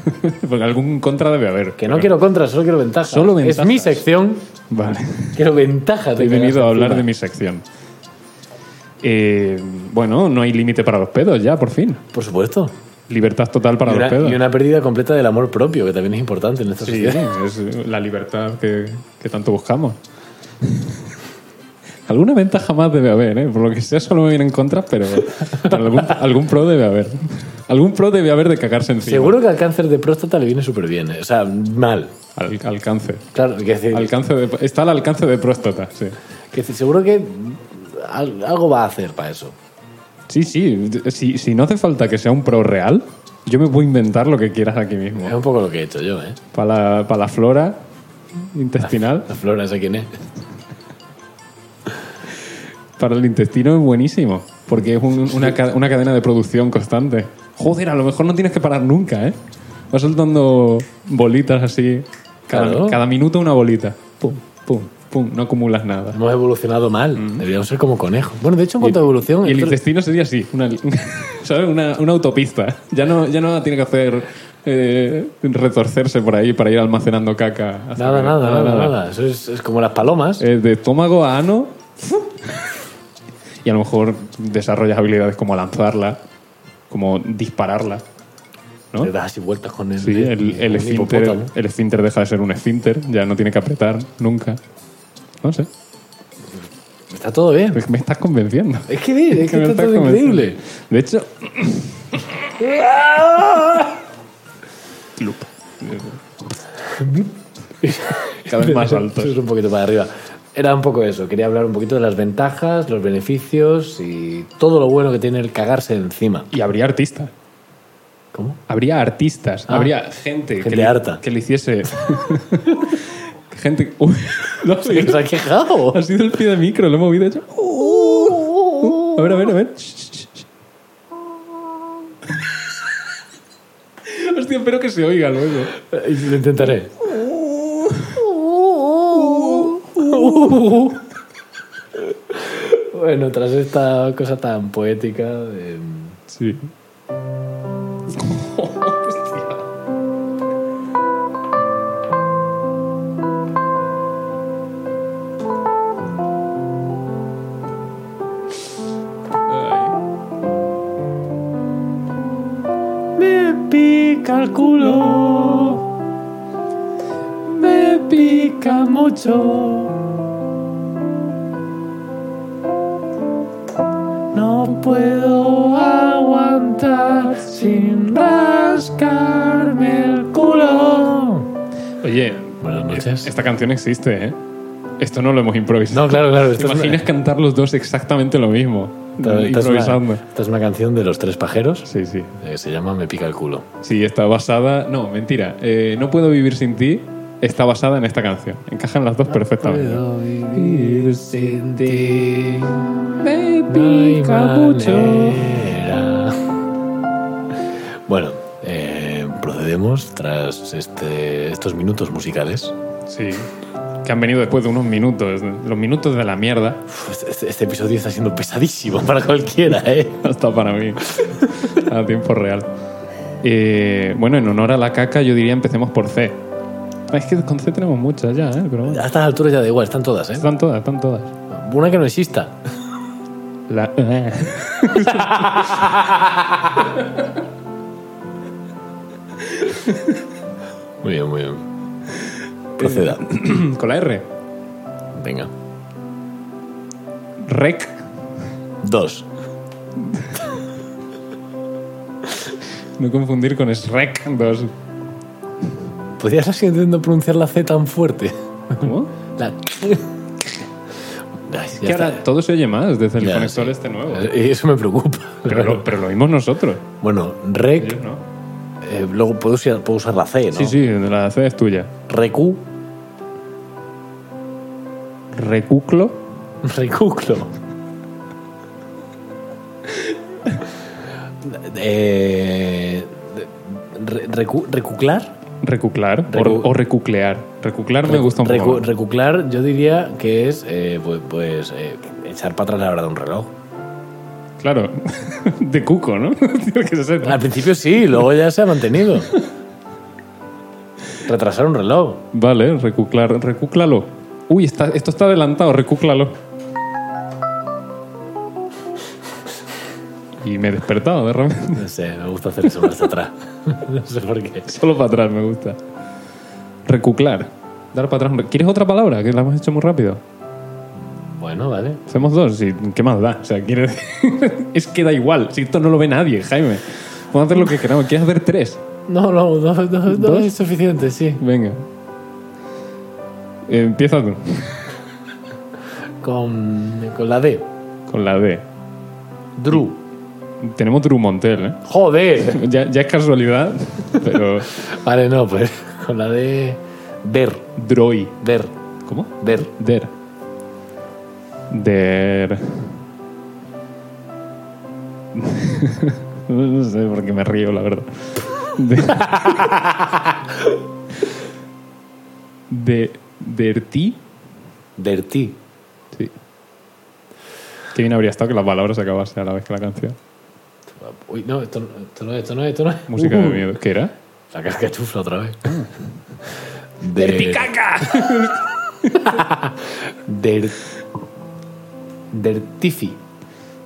S3: (laughs) Porque algún contra debe haber.
S1: que no
S3: pero-
S1: quiero contras, solo quiero ventajas.
S3: Solo
S1: Es
S3: ventajas.
S1: mi sección,
S3: Vale.
S1: (laughs) quiero ventajas. de
S3: He venido
S1: cagarse
S3: a hablar
S1: encima.
S3: de mi sección. Eh, bueno, no hay límite para los pedos ya, por fin.
S1: Por supuesto.
S3: Libertad total para
S1: Y una,
S3: los pedos.
S1: y una pérdida completa del amor propio, que también es importante en esta
S3: Sí,
S1: sociedad.
S3: es la libertad que, que tanto buscamos. (laughs) Alguna ventaja más debe haber, ¿eh? Por lo que sea, solo me vienen contras, pero, pero algún, algún pro debe haber. Algún pro debe haber de cagarse encima.
S1: Seguro que al cáncer de próstata le viene súper bien. O sea, mal.
S3: Al, alcance.
S1: Claro, que decir,
S3: Alcance de- está al alcance de próstata, sí.
S1: que decir, seguro que al- algo va a hacer para eso.
S3: Sí, sí. Si, si no hace falta que sea un pro real, yo me puedo inventar lo que quieras aquí mismo.
S1: Es un poco lo que he hecho yo, ¿eh?
S3: Para la, pa' la flora intestinal,
S1: La flora, sé quién es.
S3: para el intestino es buenísimo. Porque es un- una, ca- una cadena de producción constante. Joder, a lo mejor no tienes que parar nunca, ¿eh? Vas soltando bolitas así. Cada,
S1: Claro.
S3: cada minuto una bolita. Pum, pum, pum. No acumulas nada.
S1: Hemos evolucionado mal. Deberíamos ser como conejos. Bueno, de hecho, en cuanto a evolución.
S3: Y el
S1: nosotros-
S3: intestino sería así, una, (laughs) ¿sabes? Una, una autopista. Ya no, ya no tiene que hacer eh, retorcerse por ahí para ir almacenando caca. hacia
S1: Nada,
S3: arriba.
S1: nada, nada, nada, Eso es, es como las palomas.
S3: Eh, de estómago a ano. y a lo mejor desarrollas habilidades como lanzarla, como dispararla. ¿no?
S1: Te das así vueltas con el,
S3: Sí, el, el,
S1: un
S3: esfínter, eh".
S1: hipopótamo.
S3: el esfínter deja de ser un esfínter, ya no tiene que apretar nunca. No sé,
S1: Está todo bien.
S3: me estás convenciendo.
S1: Es que,
S3: (laughs)
S1: es que,
S3: me
S1: está
S3: estás
S1: todo
S3: convenciendo.
S1: increíble.
S3: De hecho, (laughs) cada vez más alto.
S1: Eso es un poquito para arriba. Era un poco eso. Quería hablar un poquito de las ventajas, los beneficios y todo lo bueno que tiene el cagarse encima.
S3: Y habría artistas. (laughs)
S1: ¿Cómo?
S3: Habría artistas.
S1: Ah.
S3: habría gente,
S1: Gente
S3: que, le,
S1: harta.
S3: que le hiciese. (laughs) gente. Uy, lo has
S1: ¿Se
S3: oído.
S1: ha quejado?
S3: Ha sido el pie de micro, lo he movido. he hecho, uh, uh. a ver, a ver, a ver. Shh, shh,
S1: (laughs)
S3: shh. Hostia, espero que se oiga luego.
S1: Lo intentaré. Uh. Bueno, tras esta cosa tan poética, eh,
S3: Sí. Hostia. Ay.
S1: Me pica el culo. Me pica mucho. No puedo aguantar sin rascarme el culo.
S3: Oye,
S1: Buenas noches.
S3: esta canción existe, ¿eh? Esto no lo hemos improvisado.
S1: No, claro, claro.
S3: ¿Te
S1: esto es una-
S3: imaginas cantar los dos exactamente lo mismo?
S1: Esta- esta es una-
S3: improvisando.
S1: esta es una canción de los tres pajeros.
S3: Sí, sí.
S1: Eh, se llama Me pica el culo.
S3: Sí, está basada. No, mentira. Eh, no puedo vivir sin ti. Está basada en esta canción. Encajan las dos perfectamente.
S1: vivir sin ti.
S3: Me
S1: Bueno, eh, procedemos tras este- estos minutos musicales.
S3: Sí. Que han venido después de unos minutos. Los minutos de la mierda.
S1: Uf, este, este episodio está siendo pesadísimo (laughs) para cualquiera, ¿eh?
S3: Hasta para mí. A tiempo real. Eh, bueno, en honor a la caca, yo diría empecemos por C. Ah, Es que con C tenemos muchas ya, ¿eh? Pero bueno.
S1: A estas alturas ya da igual, están todas, ¿eh?
S3: Están todas, están todas.
S1: Una que no exista.
S3: La... eh,
S1: Muy bien, muy bien. Proceda.
S3: (coughs) con la R.
S1: Venga.
S3: Rec.
S1: Dos.
S3: No confundir con Shrek 2.
S1: ¿Podrías así intentando pronunciar la C tan fuerte?
S3: ¿Cómo?
S1: La... (laughs) Ay, ya
S3: que
S1: está.
S3: ahora todo se oye más desde el
S1: Ya,
S3: conector
S1: sí.
S3: este nuevo.
S1: Eh, Eso me preocupa.
S3: Pero lo, pero lo vimos nosotros.
S1: Bueno, rec,
S3: Ellos no.
S1: eh, luego puedo usar, puedo usar la C, ¿no?
S3: Sí, sí, la C es tuya.
S1: Recu,
S3: Recuclo.
S1: recuclo. (laughs) eh, re- recu- recuclar.
S3: Recuclar. o-
S1: Recu-
S3: O, recuclear. Recuclar me gusta un
S1: Recu-
S3: poco. más.
S1: Recuclar yo diría que es eh, pues, pues, eh, echar para atrás la hora de un reloj.
S3: Claro. (laughs) De cuco, ¿no? (laughs) Tío, que se sepa.
S1: Al principio sí, luego ya se ha mantenido. Retrasar un reloj.
S3: Vale, recuclar. Recúclalo. Uy, está, esto está adelantado. Recúclalo. Y me he despertado de repente. (laughs)
S1: No sé, me gusta hacer eso más atrás. (laughs) No sé por qué.
S3: Solo para atrás me gusta. Recuclar. Dar para atrás. ¿Quieres otra palabra? Que la hemos hecho muy rápido.
S1: Bueno, vale.
S3: Hacemos dos y qué más da. O sea, quiero decir, (laughs) es que da igual. Si esto no lo ve nadie, Jaime. Vamos a hacer lo que queramos. ¿Quieres hacer tres?
S1: No, no, dos, dos- dos
S3: ¿Dos?
S1: es suficiente, sí.
S3: Venga. Eh, empieza tú.
S1: Con, con la D.
S3: Con la D.
S1: Drew.
S3: Tenemos Drew Montel, ¿eh?
S1: Joder.
S3: Ya, ya es casualidad, pero.
S1: Vale, no, pues con la D. Der.
S3: Droy.
S1: Der.
S3: ¿Cómo?
S1: Der.
S3: Der. Der. no sé por qué me río, la verdad. De. de Derti.
S1: Derti.
S3: Sí. Qué bien habría estado que la palabra se acabase a la vez que la canción.
S1: Uy, no, esto, no- esto no es, esto no es, esto no es.
S3: Música de
S1: Uh,
S3: miedo. ¿Qué era?
S1: La carcachufla otra vez. Derticaca. (laughs) Der. Dertifi.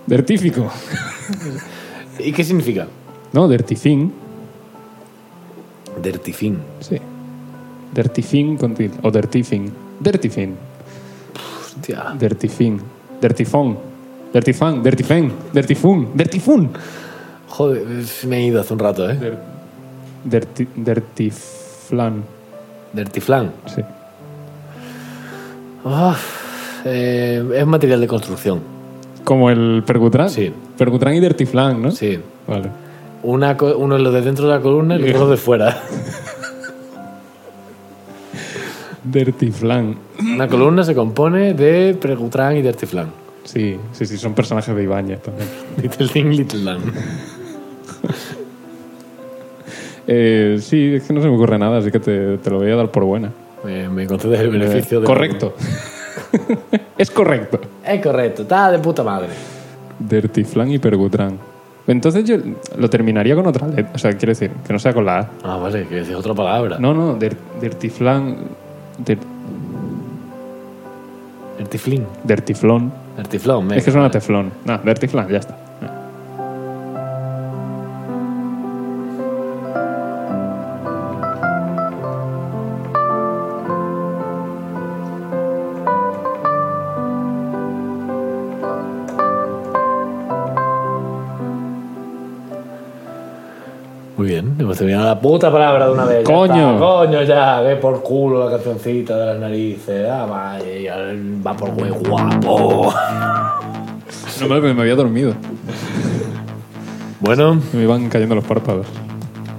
S3: Dertífico.
S1: ¿Y qué significa?
S3: No, Dertifín.
S1: Dertifín.
S3: Sí. Dertifín con tilde. O Dertifín. Dertifín.
S1: Hostia.
S3: Dertifín. Dertifón. Dertifán. Dertifén. Dertifún. Dertifún.
S1: Joder, me he ido hace un rato, ¿eh?
S3: Der- derti- dertiflan.
S1: Dertiflan.
S3: Sí.
S1: Ah, eh, es material de construcción.
S3: Como el percutrán.
S1: Sí.
S3: Percutrán y dertiflan, ¿no?
S1: Sí.
S3: Vale.
S1: Una co- uno es lo de dentro de la columna y los otro de fuera.
S3: Dertiflan.
S1: Una columna se compone de Pregutrán y Dertiflan.
S3: Sí, sí, sí, son personajes de Ibáñez también.
S1: Little Thing, Little Lamb.
S3: Eh, sí, es que no se me ocurre nada, así que te, te lo voy a dar por buena. Eh,
S1: Me, me concedes el beneficio de.
S3: correcto. (laughs) es correcto.
S1: Es correcto, está de puta madre.
S3: Dertiflan y Percutrán. Entonces yo lo terminaría con otra letra. O sea, quiero decir, que no sea con la A.
S1: Ah, vale, que decir otra palabra.
S3: No, no, der- Dertiflan. der-
S1: Dertiflin.
S3: dertiflón.
S1: Dertiflón, venga.
S3: Es que suena a teflón. No, Dertiflan, ya está.
S1: Muy bien, hemos terminado la puta palabra de una vez. ya
S3: Coño.
S1: está, coño, ya, ve por culo la cancioncita de las narices. Ah, vaya, ya, va por muy guapo.
S3: No me, me había dormido.
S1: Bueno,
S3: Me iban cayendo los párpados.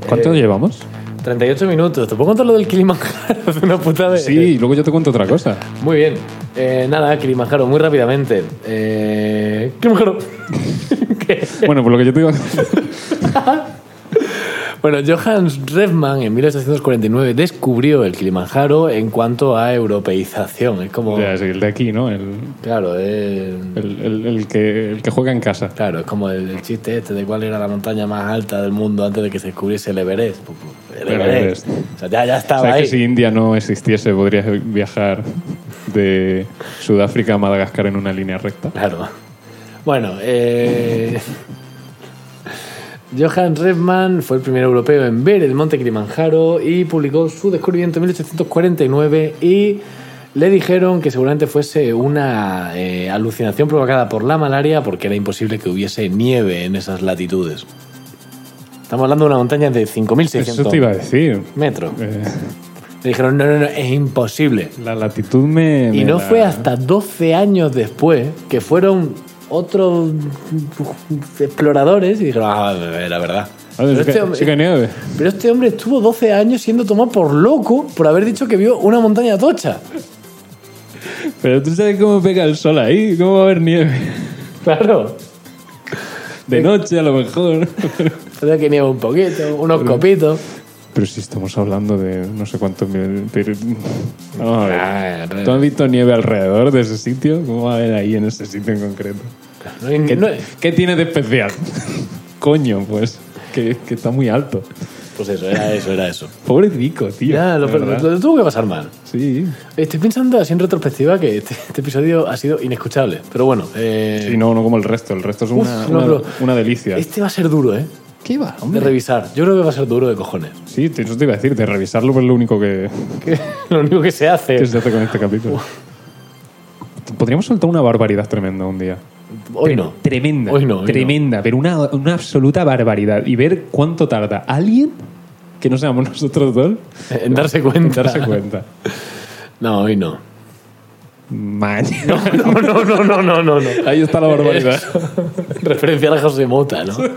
S3: ¿Cuánto
S1: Eh,
S3: llevamos?
S1: 38 minutos. ¿Te puedo contar lo del Kilimanjaro (laughs) de una puta vez?
S3: Sí, y luego yo te cuento otra cosa.
S1: Muy bien. Eh, nada, Kilimanjaro, muy rápidamente. Eh, Kilimanjaro. ¿Qué?
S3: Bueno, por lo que yo te iba
S1: Bueno, Johannes Revman en 1849 descubrió el Kilimanjaro en cuanto a europeización. Es como.
S3: (laughs) Ya, sí, el de aquí, ¿no? El,
S1: Claro, eh,
S3: el- el- el que, el que juega en casa.
S1: claro, es como el, el chiste este de cuál era la montaña más alta del mundo antes de que se descubriese el Everest. Pu- pu- El
S3: El
S1: Everest.
S3: Everest.
S1: O sea, ya, ya
S3: O
S1: estaba
S3: sea, que
S1: ahí.
S3: si India no existiese, podrías viajar de Sudáfrica a Madagascar en una línea recta.
S1: Claro. Bueno, eh... (laughs) Johann Redman fue el primer europeo en ver el monte Kilimanjaro y publicó su descubrimiento en 1849 y le dijeron que seguramente fuese una eh, alucinación provocada por la malaria porque era imposible que hubiese nieve en esas latitudes. Estamos hablando de una montaña de
S3: Eso te iba a
S1: 5.600
S3: decir.
S1: metros.
S3: Eh,
S1: Le dijeron, no, no, no, es imposible.
S3: la latitud me.
S1: Y
S3: me
S1: no
S3: la-
S1: fue hasta 12 años después que fueron otros exploradores y dijeron, ah, la verdad.
S3: A ver,
S1: Pero
S3: sí que-
S1: este, hombre,
S3: sí que nieve.
S1: pero este hombre estuvo 12 años siendo tomado por loco por haber dicho que vio una montaña tocha.
S3: Pero tú sabes cómo pega el sol ahí, cómo va a haber nieve.
S1: Claro.
S3: De noche, a lo mejor.
S1: Entonces que nieva un poquito, unos copitos.
S3: Pero si estamos hablando de no sé cuántos mil. pero- Vamos a ver.
S1: Ah, re-
S3: ¿Tú has visto nieve alrededor de ese sitio? ¿Cómo va a haber ahí en ese sitio en concreto?
S1: No hay-
S3: ¿Qué,
S1: no hay-
S3: qué tiene de especial? Coño, pues. Que, que está muy alto.
S1: pues eso, era eso, era
S3: (laughs)
S1: eso.
S3: Pobre Dico, tío.
S1: Ya, lo,
S3: de verdad.
S1: lo- lo tuvo que pasar mal.
S3: Sí.
S1: Estoy pensando así en retrospectiva que este, este episodio ha sido inescuchable. Pero bueno. eh,
S3: Sí, no, no como el resto. El resto es
S1: uf,
S3: una,
S1: no,
S3: una-
S1: pero
S3: una delicia.
S1: Este va a ser duro, ¿eh?
S3: ¿Qué va,
S1: De revisar. Yo creo que va a ser duro de cojones.
S3: Sí, te- eso te iba a decir. De revisarlo es (laughs) lo único que,
S1: Que lo único que se hace (laughs)
S3: que
S1: es
S3: se hace con este capítulo. podríamos soltar una barbaridad tremenda un día.
S1: Hoy
S3: Tre-
S1: no.
S3: Tremenda.
S1: Hoy no, hoy no.
S3: tremenda, pero una, una absoluta barbaridad. Y ver cuánto tarda alguien que no seamos nosotros dos
S1: En darse cuenta.
S3: en darse cuenta.
S1: No, hoy
S3: (laughs)
S1: no.
S3: Man.
S1: (laughs) No, no, no, no, no, no. no.
S3: Ahí está (laughs) la barbaridad.
S1: Referenciar a José Mota, ¿no? (laughs)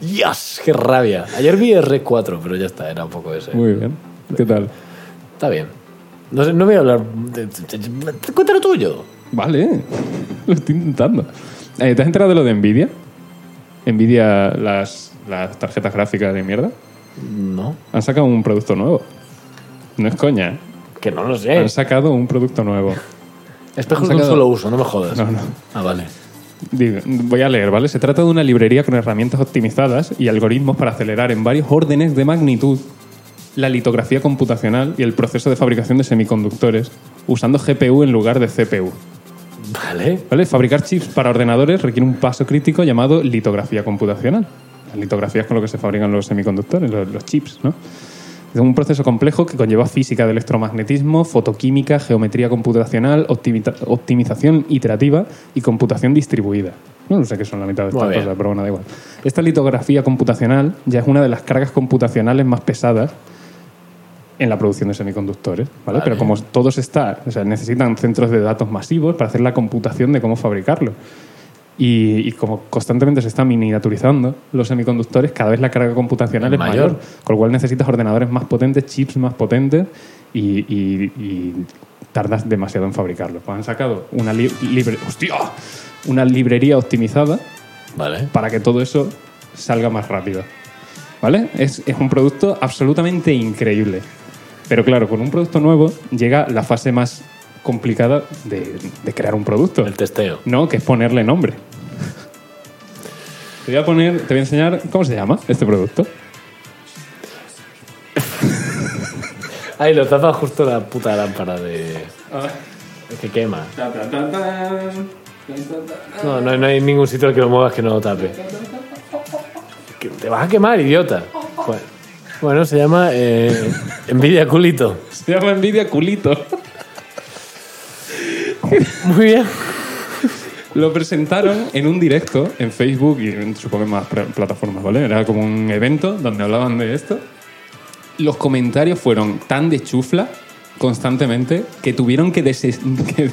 S1: ¡Dios! ¡Qué rabia! Ayer vi R4, pero ya está, era un poco ese.
S3: Muy bien. ¿Qué tal?
S1: Está bien. No, sé, no voy a hablar. de- de- de- Cuéntalo tuyo.
S3: Vale, lo estoy intentando. Eh, ¿Te has enterado de lo de Nvidia? Nvidia, las, las tarjetas gráficas de mierda,
S1: No,
S3: han sacado un producto nuevo. No es coña, ¿eh?
S1: que no lo sé.
S3: Han sacado un producto nuevo.
S1: Espejos
S3: han
S1: de un
S3: sacado-
S1: solo uso, no me jodas.
S3: No, no.
S1: Ah, vale.
S3: Digo, voy a leer, ¿vale? Se trata de una librería con herramientas optimizadas y algoritmos para acelerar en varios órdenes de magnitud la litografía computacional y el proceso de fabricación de semiconductores usando GPU en lugar de CPU.
S1: Vale.
S3: ¿Vale? Fabricar chips para ordenadores requiere un paso crítico llamado litografía computacional. La litografía es con lo que se fabrican los semiconductores, los, los chips, ¿no? Es un proceso complejo que conlleva física de electromagnetismo, fotoquímica, geometría computacional, optimita- optimización iterativa y computación distribuida. No sé qué son la mitad de estas
S1: Muy bien.
S3: cosas, pero bueno, da igual. Esta litografía computacional ya es una de las cargas computacionales más pesadas en la producción de semiconductores, ¿vale? Pero como todos están, o sea, necesitan centros de datos masivos para hacer la computación de cómo fabricarlo. Y, y como constantemente se están miniaturizando los semiconductores, cada vez la carga computacional es mayor.
S1: Mayor.
S3: con lo cual necesitas ordenadores más potentes, chips más potentes y, y- y tardas demasiado en fabricarlo. Pues han sacado una, li- libre- ¡Hostia! una librería optimizada
S1: Vale.
S3: para que todo eso salga más rápido. ¿Vale? Es, es un producto absolutamente increíble. Pero claro, con un producto nuevo llega la fase más complicada de, de crear un producto.
S1: El testeo.
S3: No, que es ponerle nombre. Te voy a poner, te voy a enseñar cómo se llama este producto.
S1: Ay, lo tapa justo la puta lámpara de. que quema. No, no, no hay ningún sitio al que lo muevas que no lo tape. Que te vas a quemar, idiota. Bueno, bueno, se llama eh, Envidia Culito.
S3: Se llama Nvidia Culito.
S1: Muy bien.
S3: Lo presentaron en un directo en Facebook y en, supongo en más pla- plataformas, ¿vale? Era como un evento donde hablaban de esto. Los comentarios fueron tan de chufla constantemente que tuvieron que, deses- (laughs) que-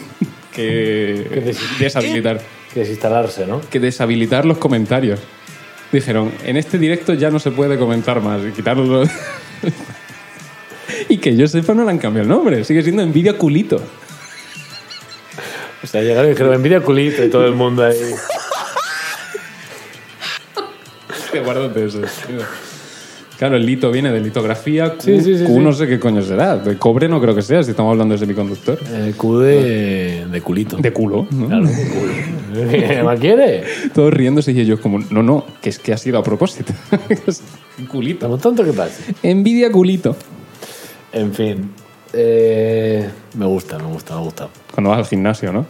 S3: que
S1: des-
S3: deshabilitar
S1: Desinstalarse, ¿no?
S3: que deshabilitar los comentarios. Dijeron, en este directo ya no se puede comentar más, y quitaron los- (laughs) y que yo sepa no le han cambiado el nombre, sigue siendo Nvidia Culito.
S1: O sea, llegaron y dijeron Envidia Culito y todo el mundo ahí.
S3: (laughs) Hostia, guárdate eso, tío. Claro, el lito viene de litografía, Q,
S1: Sí, sí, sí,
S3: Q
S1: sí.
S3: no sé qué coño será. De cobre no creo que sea, si estamos hablando de semiconductor.
S1: El Q de, de (laughs) culito.
S3: De culo, ¿no?
S1: Claro, de culo. ¿Me quiere?
S3: Todos riéndose y ellos como, no, no, que es que ha sido a propósito. (laughs) Es culito.
S1: Estamos tonto que pase.
S3: Envidia culito.
S1: En fin. eh, me gusta, me gusta, me gusta.
S3: Cuando vas al gimnasio, ¿no?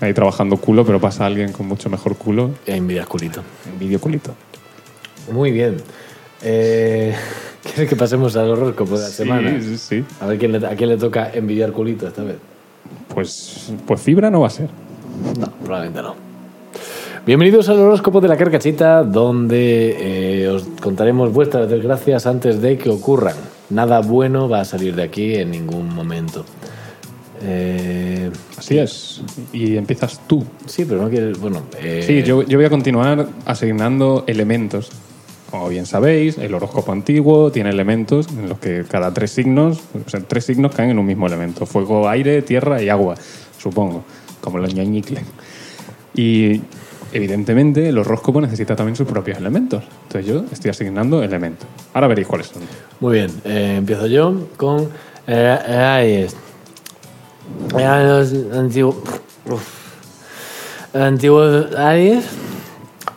S3: Ahí trabajando culo, pero pasa alguien con mucho mejor culo.
S1: Envidia Culito.
S3: Envidia culito.
S1: Muy bien. Eh, (laughs) ¿Quieres que pasemos al horóscopo de la semana?
S3: Sí, sí, sí.
S1: A ver quién le- a quién le toca envidiar culito esta vez.
S3: Pues, pues fibra no va a ser.
S1: No, probablemente no. Bienvenidos al horóscopo de la carcachita, donde eh, os contaremos vuestras desgracias antes de que ocurran. Nada bueno va a salir de aquí en ningún momento. Eh,
S3: Así es. Y empiezas tú.
S1: sí, pero no quieres. Bueno, eh,
S3: Sí, yo, yo voy a continuar asignando elementos. Como bien sabéis, el horóscopo antiguo tiene elementos en los que cada tres signos, o sea, tres signos caen en un mismo elemento: fuego, aire, tierra y agua, supongo, como los ñañicles. Y evidentemente el horóscopo necesita también sus propios elementos. Entonces yo estoy asignando elementos. Ahora veréis cuáles son.
S1: Muy bien, eh, empiezo yo con. eh, Aries. Eh, los antiguo- antiguos Aries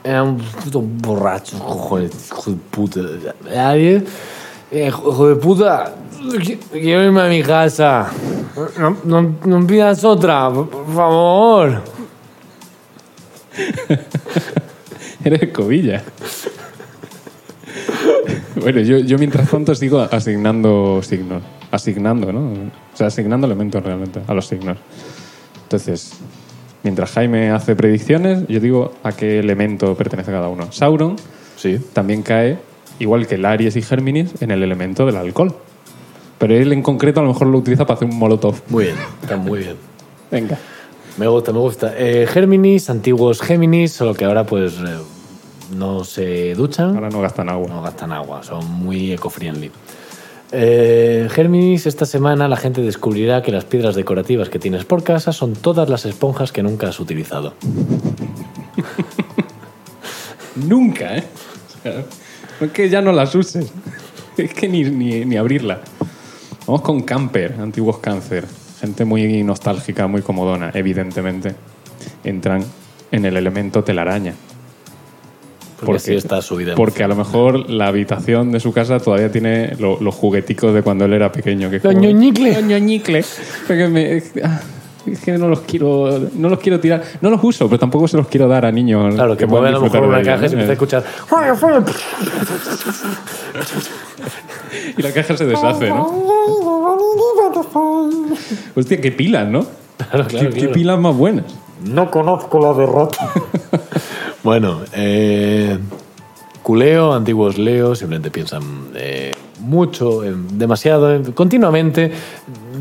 S1: eran putos borrachos, cojones, hijo de puta. Aries, eh, hijo de puta, qui- quiero irme a mi casa. No, no, no pidas otra, por por favor.
S3: (laughs) Eres escobilla. bueno, yo, yo mientras tanto sigo asignando signos. Asignando, ¿no? O sea, asignando elementos realmente a los signos. Entonces, mientras Jaime hace predicciones, yo digo a qué elemento pertenece cada uno. Sauron
S1: Sí.
S3: también cae, igual que el Aries y Géminis, en el elemento del alcohol. Pero él en concreto a lo mejor lo utiliza para hacer un molotov.
S1: Muy bien, está muy bien.
S3: Venga.
S1: Me gusta, me gusta. Eh, Géminis, antiguos Géminis, solo que ahora pues eh, no se duchan.
S3: Ahora no gastan agua.
S1: no gastan agua, son muy eco-friendly. Eh, Géminis, esta semana la gente descubrirá que las piedras decorativas que tienes por casa son todas las esponjas que nunca has utilizado.
S3: Nunca, ¿eh? O sea, no es que ya no las uses. Es que ni, ni, ni abrirla. Vamos con Camper, antiguos cáncer. Gente muy nostálgica, muy comodona, evidentemente. Entran en el elemento telaraña.
S1: Porque
S3: Porque-
S1: así está subida.
S3: Porque a lo mejor la habitación de su casa todavía tiene lo- los jugueticos de cuando él era pequeño. Que
S1: Los
S3: como-
S1: ñoñicles.
S3: Los ñoñicles. Porque me- es que- ah, es que no los quiero no los quiero tirar. No los uso, pero tampoco se los quiero dar a niños.
S1: Claro, que
S3: puedan
S1: mueve a lo mejor
S3: disfrutar
S1: una
S3: de ¿eh? ellos,
S1: caja y se
S3: ¿no?
S1: empieza a escuchar.
S3: Y la caja se deshace, ¿no? Hostia, qué pilas, ¿no?
S1: (laughs) Claro, claro,
S3: qué, qué
S1: claro.
S3: pilas más buenas.
S1: No conozco la derrota. (laughs) bueno, eh, culeo, antiguos Leo, simplemente piensan eh, mucho, en- demasiado, en- continuamente.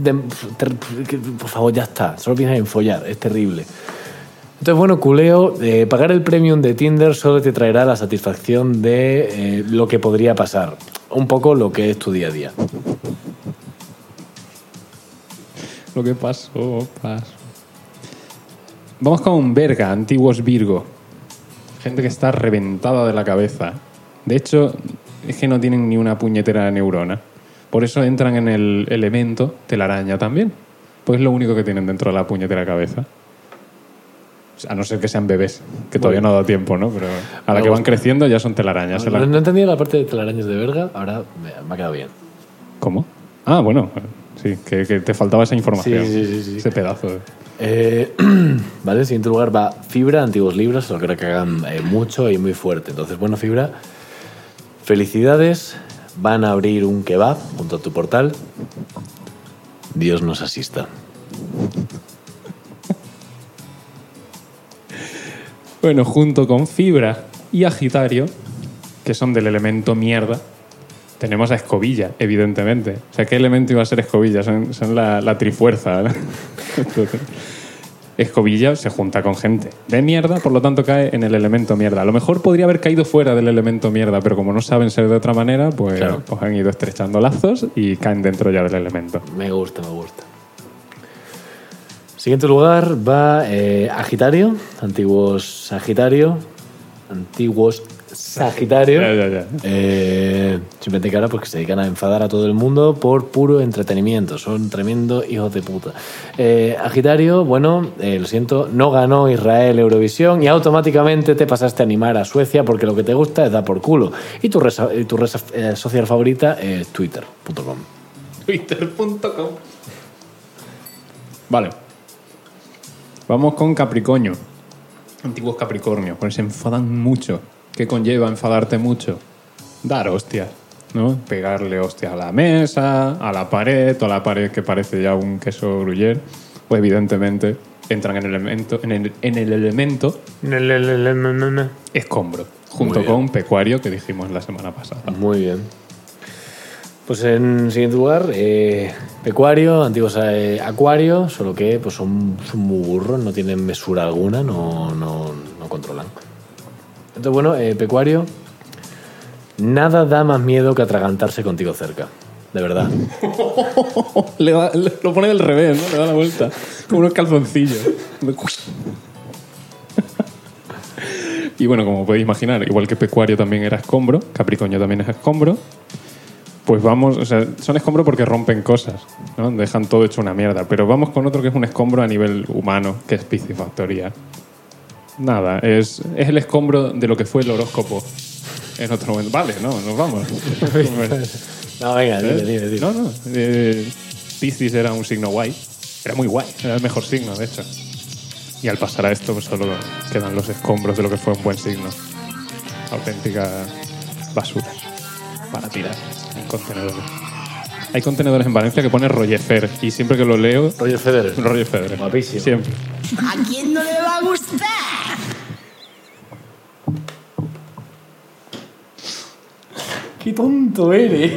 S1: de- ter- que- por favor, ya está. Solo piensan en follar, es terrible. Entonces, bueno, culeo, eh, pagar el premium de Tinder solo te traerá la satisfacción de eh, lo que podría pasar. Un poco lo que es tu día a día.
S3: Lo que pasó, pasó. Vamos con verga, antiguos Virgo. Gente que está reventada de la cabeza. De hecho, es que no tienen ni una puñetera neurona. Por eso entran en el elemento telaraña también. Pues es lo único que tienen dentro de la puñetera cabeza. A no ser que sean bebés, que todavía no ha dado tiempo, ¿no? Pero a la que van creciendo ya son telarañas. Se la-
S1: No, no entendía la parte de telarañas de verga, ahora me, me ha quedado bien.
S3: ¿Cómo? Ah, bueno, sí, que, que te faltaba esa información.
S1: Sí, sí, sí, sí.
S3: Ese pedazo. de-
S1: Eh, (clears throat) vale, en siguiente lugar va Fibra, antiguos libros, lo creo que hagan eh, mucho y muy fuerte. Entonces, bueno, Fibra, felicidades, van a abrir un kebab junto a tu portal. Dios nos asista.
S3: Bueno, junto con Fibra y Agitario, que son del elemento mierda, tenemos a Escobilla, evidentemente. O sea, ¿qué elemento iba a ser Escobilla? Son, son la, la trifuerza. ¿no? (laughs) Entonces, Escobilla se junta con gente de mierda, por lo tanto cae en el elemento mierda. A lo mejor podría haber caído fuera del elemento mierda, pero como no saben ser de otra manera, pues,
S1: Claro.
S3: pues han ido estrechando lazos y caen dentro ya del elemento.
S1: Me gusta, me gusta. Siguiente lugar va eh, Agitario, antiguos Sagitario, antiguos Sagitario.
S3: Ya, ya, ya.
S1: Eh, simplemente que ahora pues, que se dedican a enfadar a todo el mundo por puro entretenimiento. Son tremendo hijos de puta. Eh, Agitario, bueno, eh, lo siento, no ganó Israel Eurovisión y automáticamente te pasaste a animar a Suecia porque lo que te gusta es dar por culo. Y tu red, so- eh, tu red so- eh, social favorita es twitter.com.
S3: Twitter.com. Vale. Vamos con Capricornio. Antiguos Capricornio, pues se enfadan mucho. ¿Qué conlleva enfadarte mucho? Dar hostias, ¿no? Pegarle hostias a la mesa, a la pared, o a la pared que parece ya un queso gruyer. Pues evidentemente entran en el elemento, en el, en el elemento escombro, junto con pecuario que dijimos la semana pasada.
S1: Muy bien. Pues en siguiente lugar, eh, pecuario, antiguos eh, acuario, solo que pues son, son muy burros, no tienen mesura alguna, no, no, no controlan. Entonces, bueno, eh, pecuario, nada da más miedo que atragantarse contigo cerca, de verdad.
S3: Le da- le- lo pone del revés, ¿no? Le da la vuelta. Como unos calzoncillos. y bueno, como podéis imaginar, igual que Pecuario también era escombro, Capricornio también es escombro, pues vamos, o sea, son escombro porque rompen cosas, ¿no? Dejan todo hecho una mierda. Pero vamos con otro que es un escombro a nivel humano, que es Piscifactoría. Nada, es, es el escombro de lo que fue el horóscopo en otro momento. Vale, no, nos vamos.
S1: No, venga, dime, dime, dime.
S3: No, no. eh, Piscis era un signo guay. Era muy guay. Era el mejor signo, de hecho. Y al pasar a esto, pues solo quedan los escombros de lo que fue un buen signo. Auténtica basura para tirar en contenedores. Hay contenedores en Valencia que pone Roger Federer y siempre que lo leo,
S7: Roger Federer.
S3: Roger Federer.
S7: Guapísimo.
S3: Siempre.
S2: ¿A quién no le va a gustar?
S7: Qué tonto eres.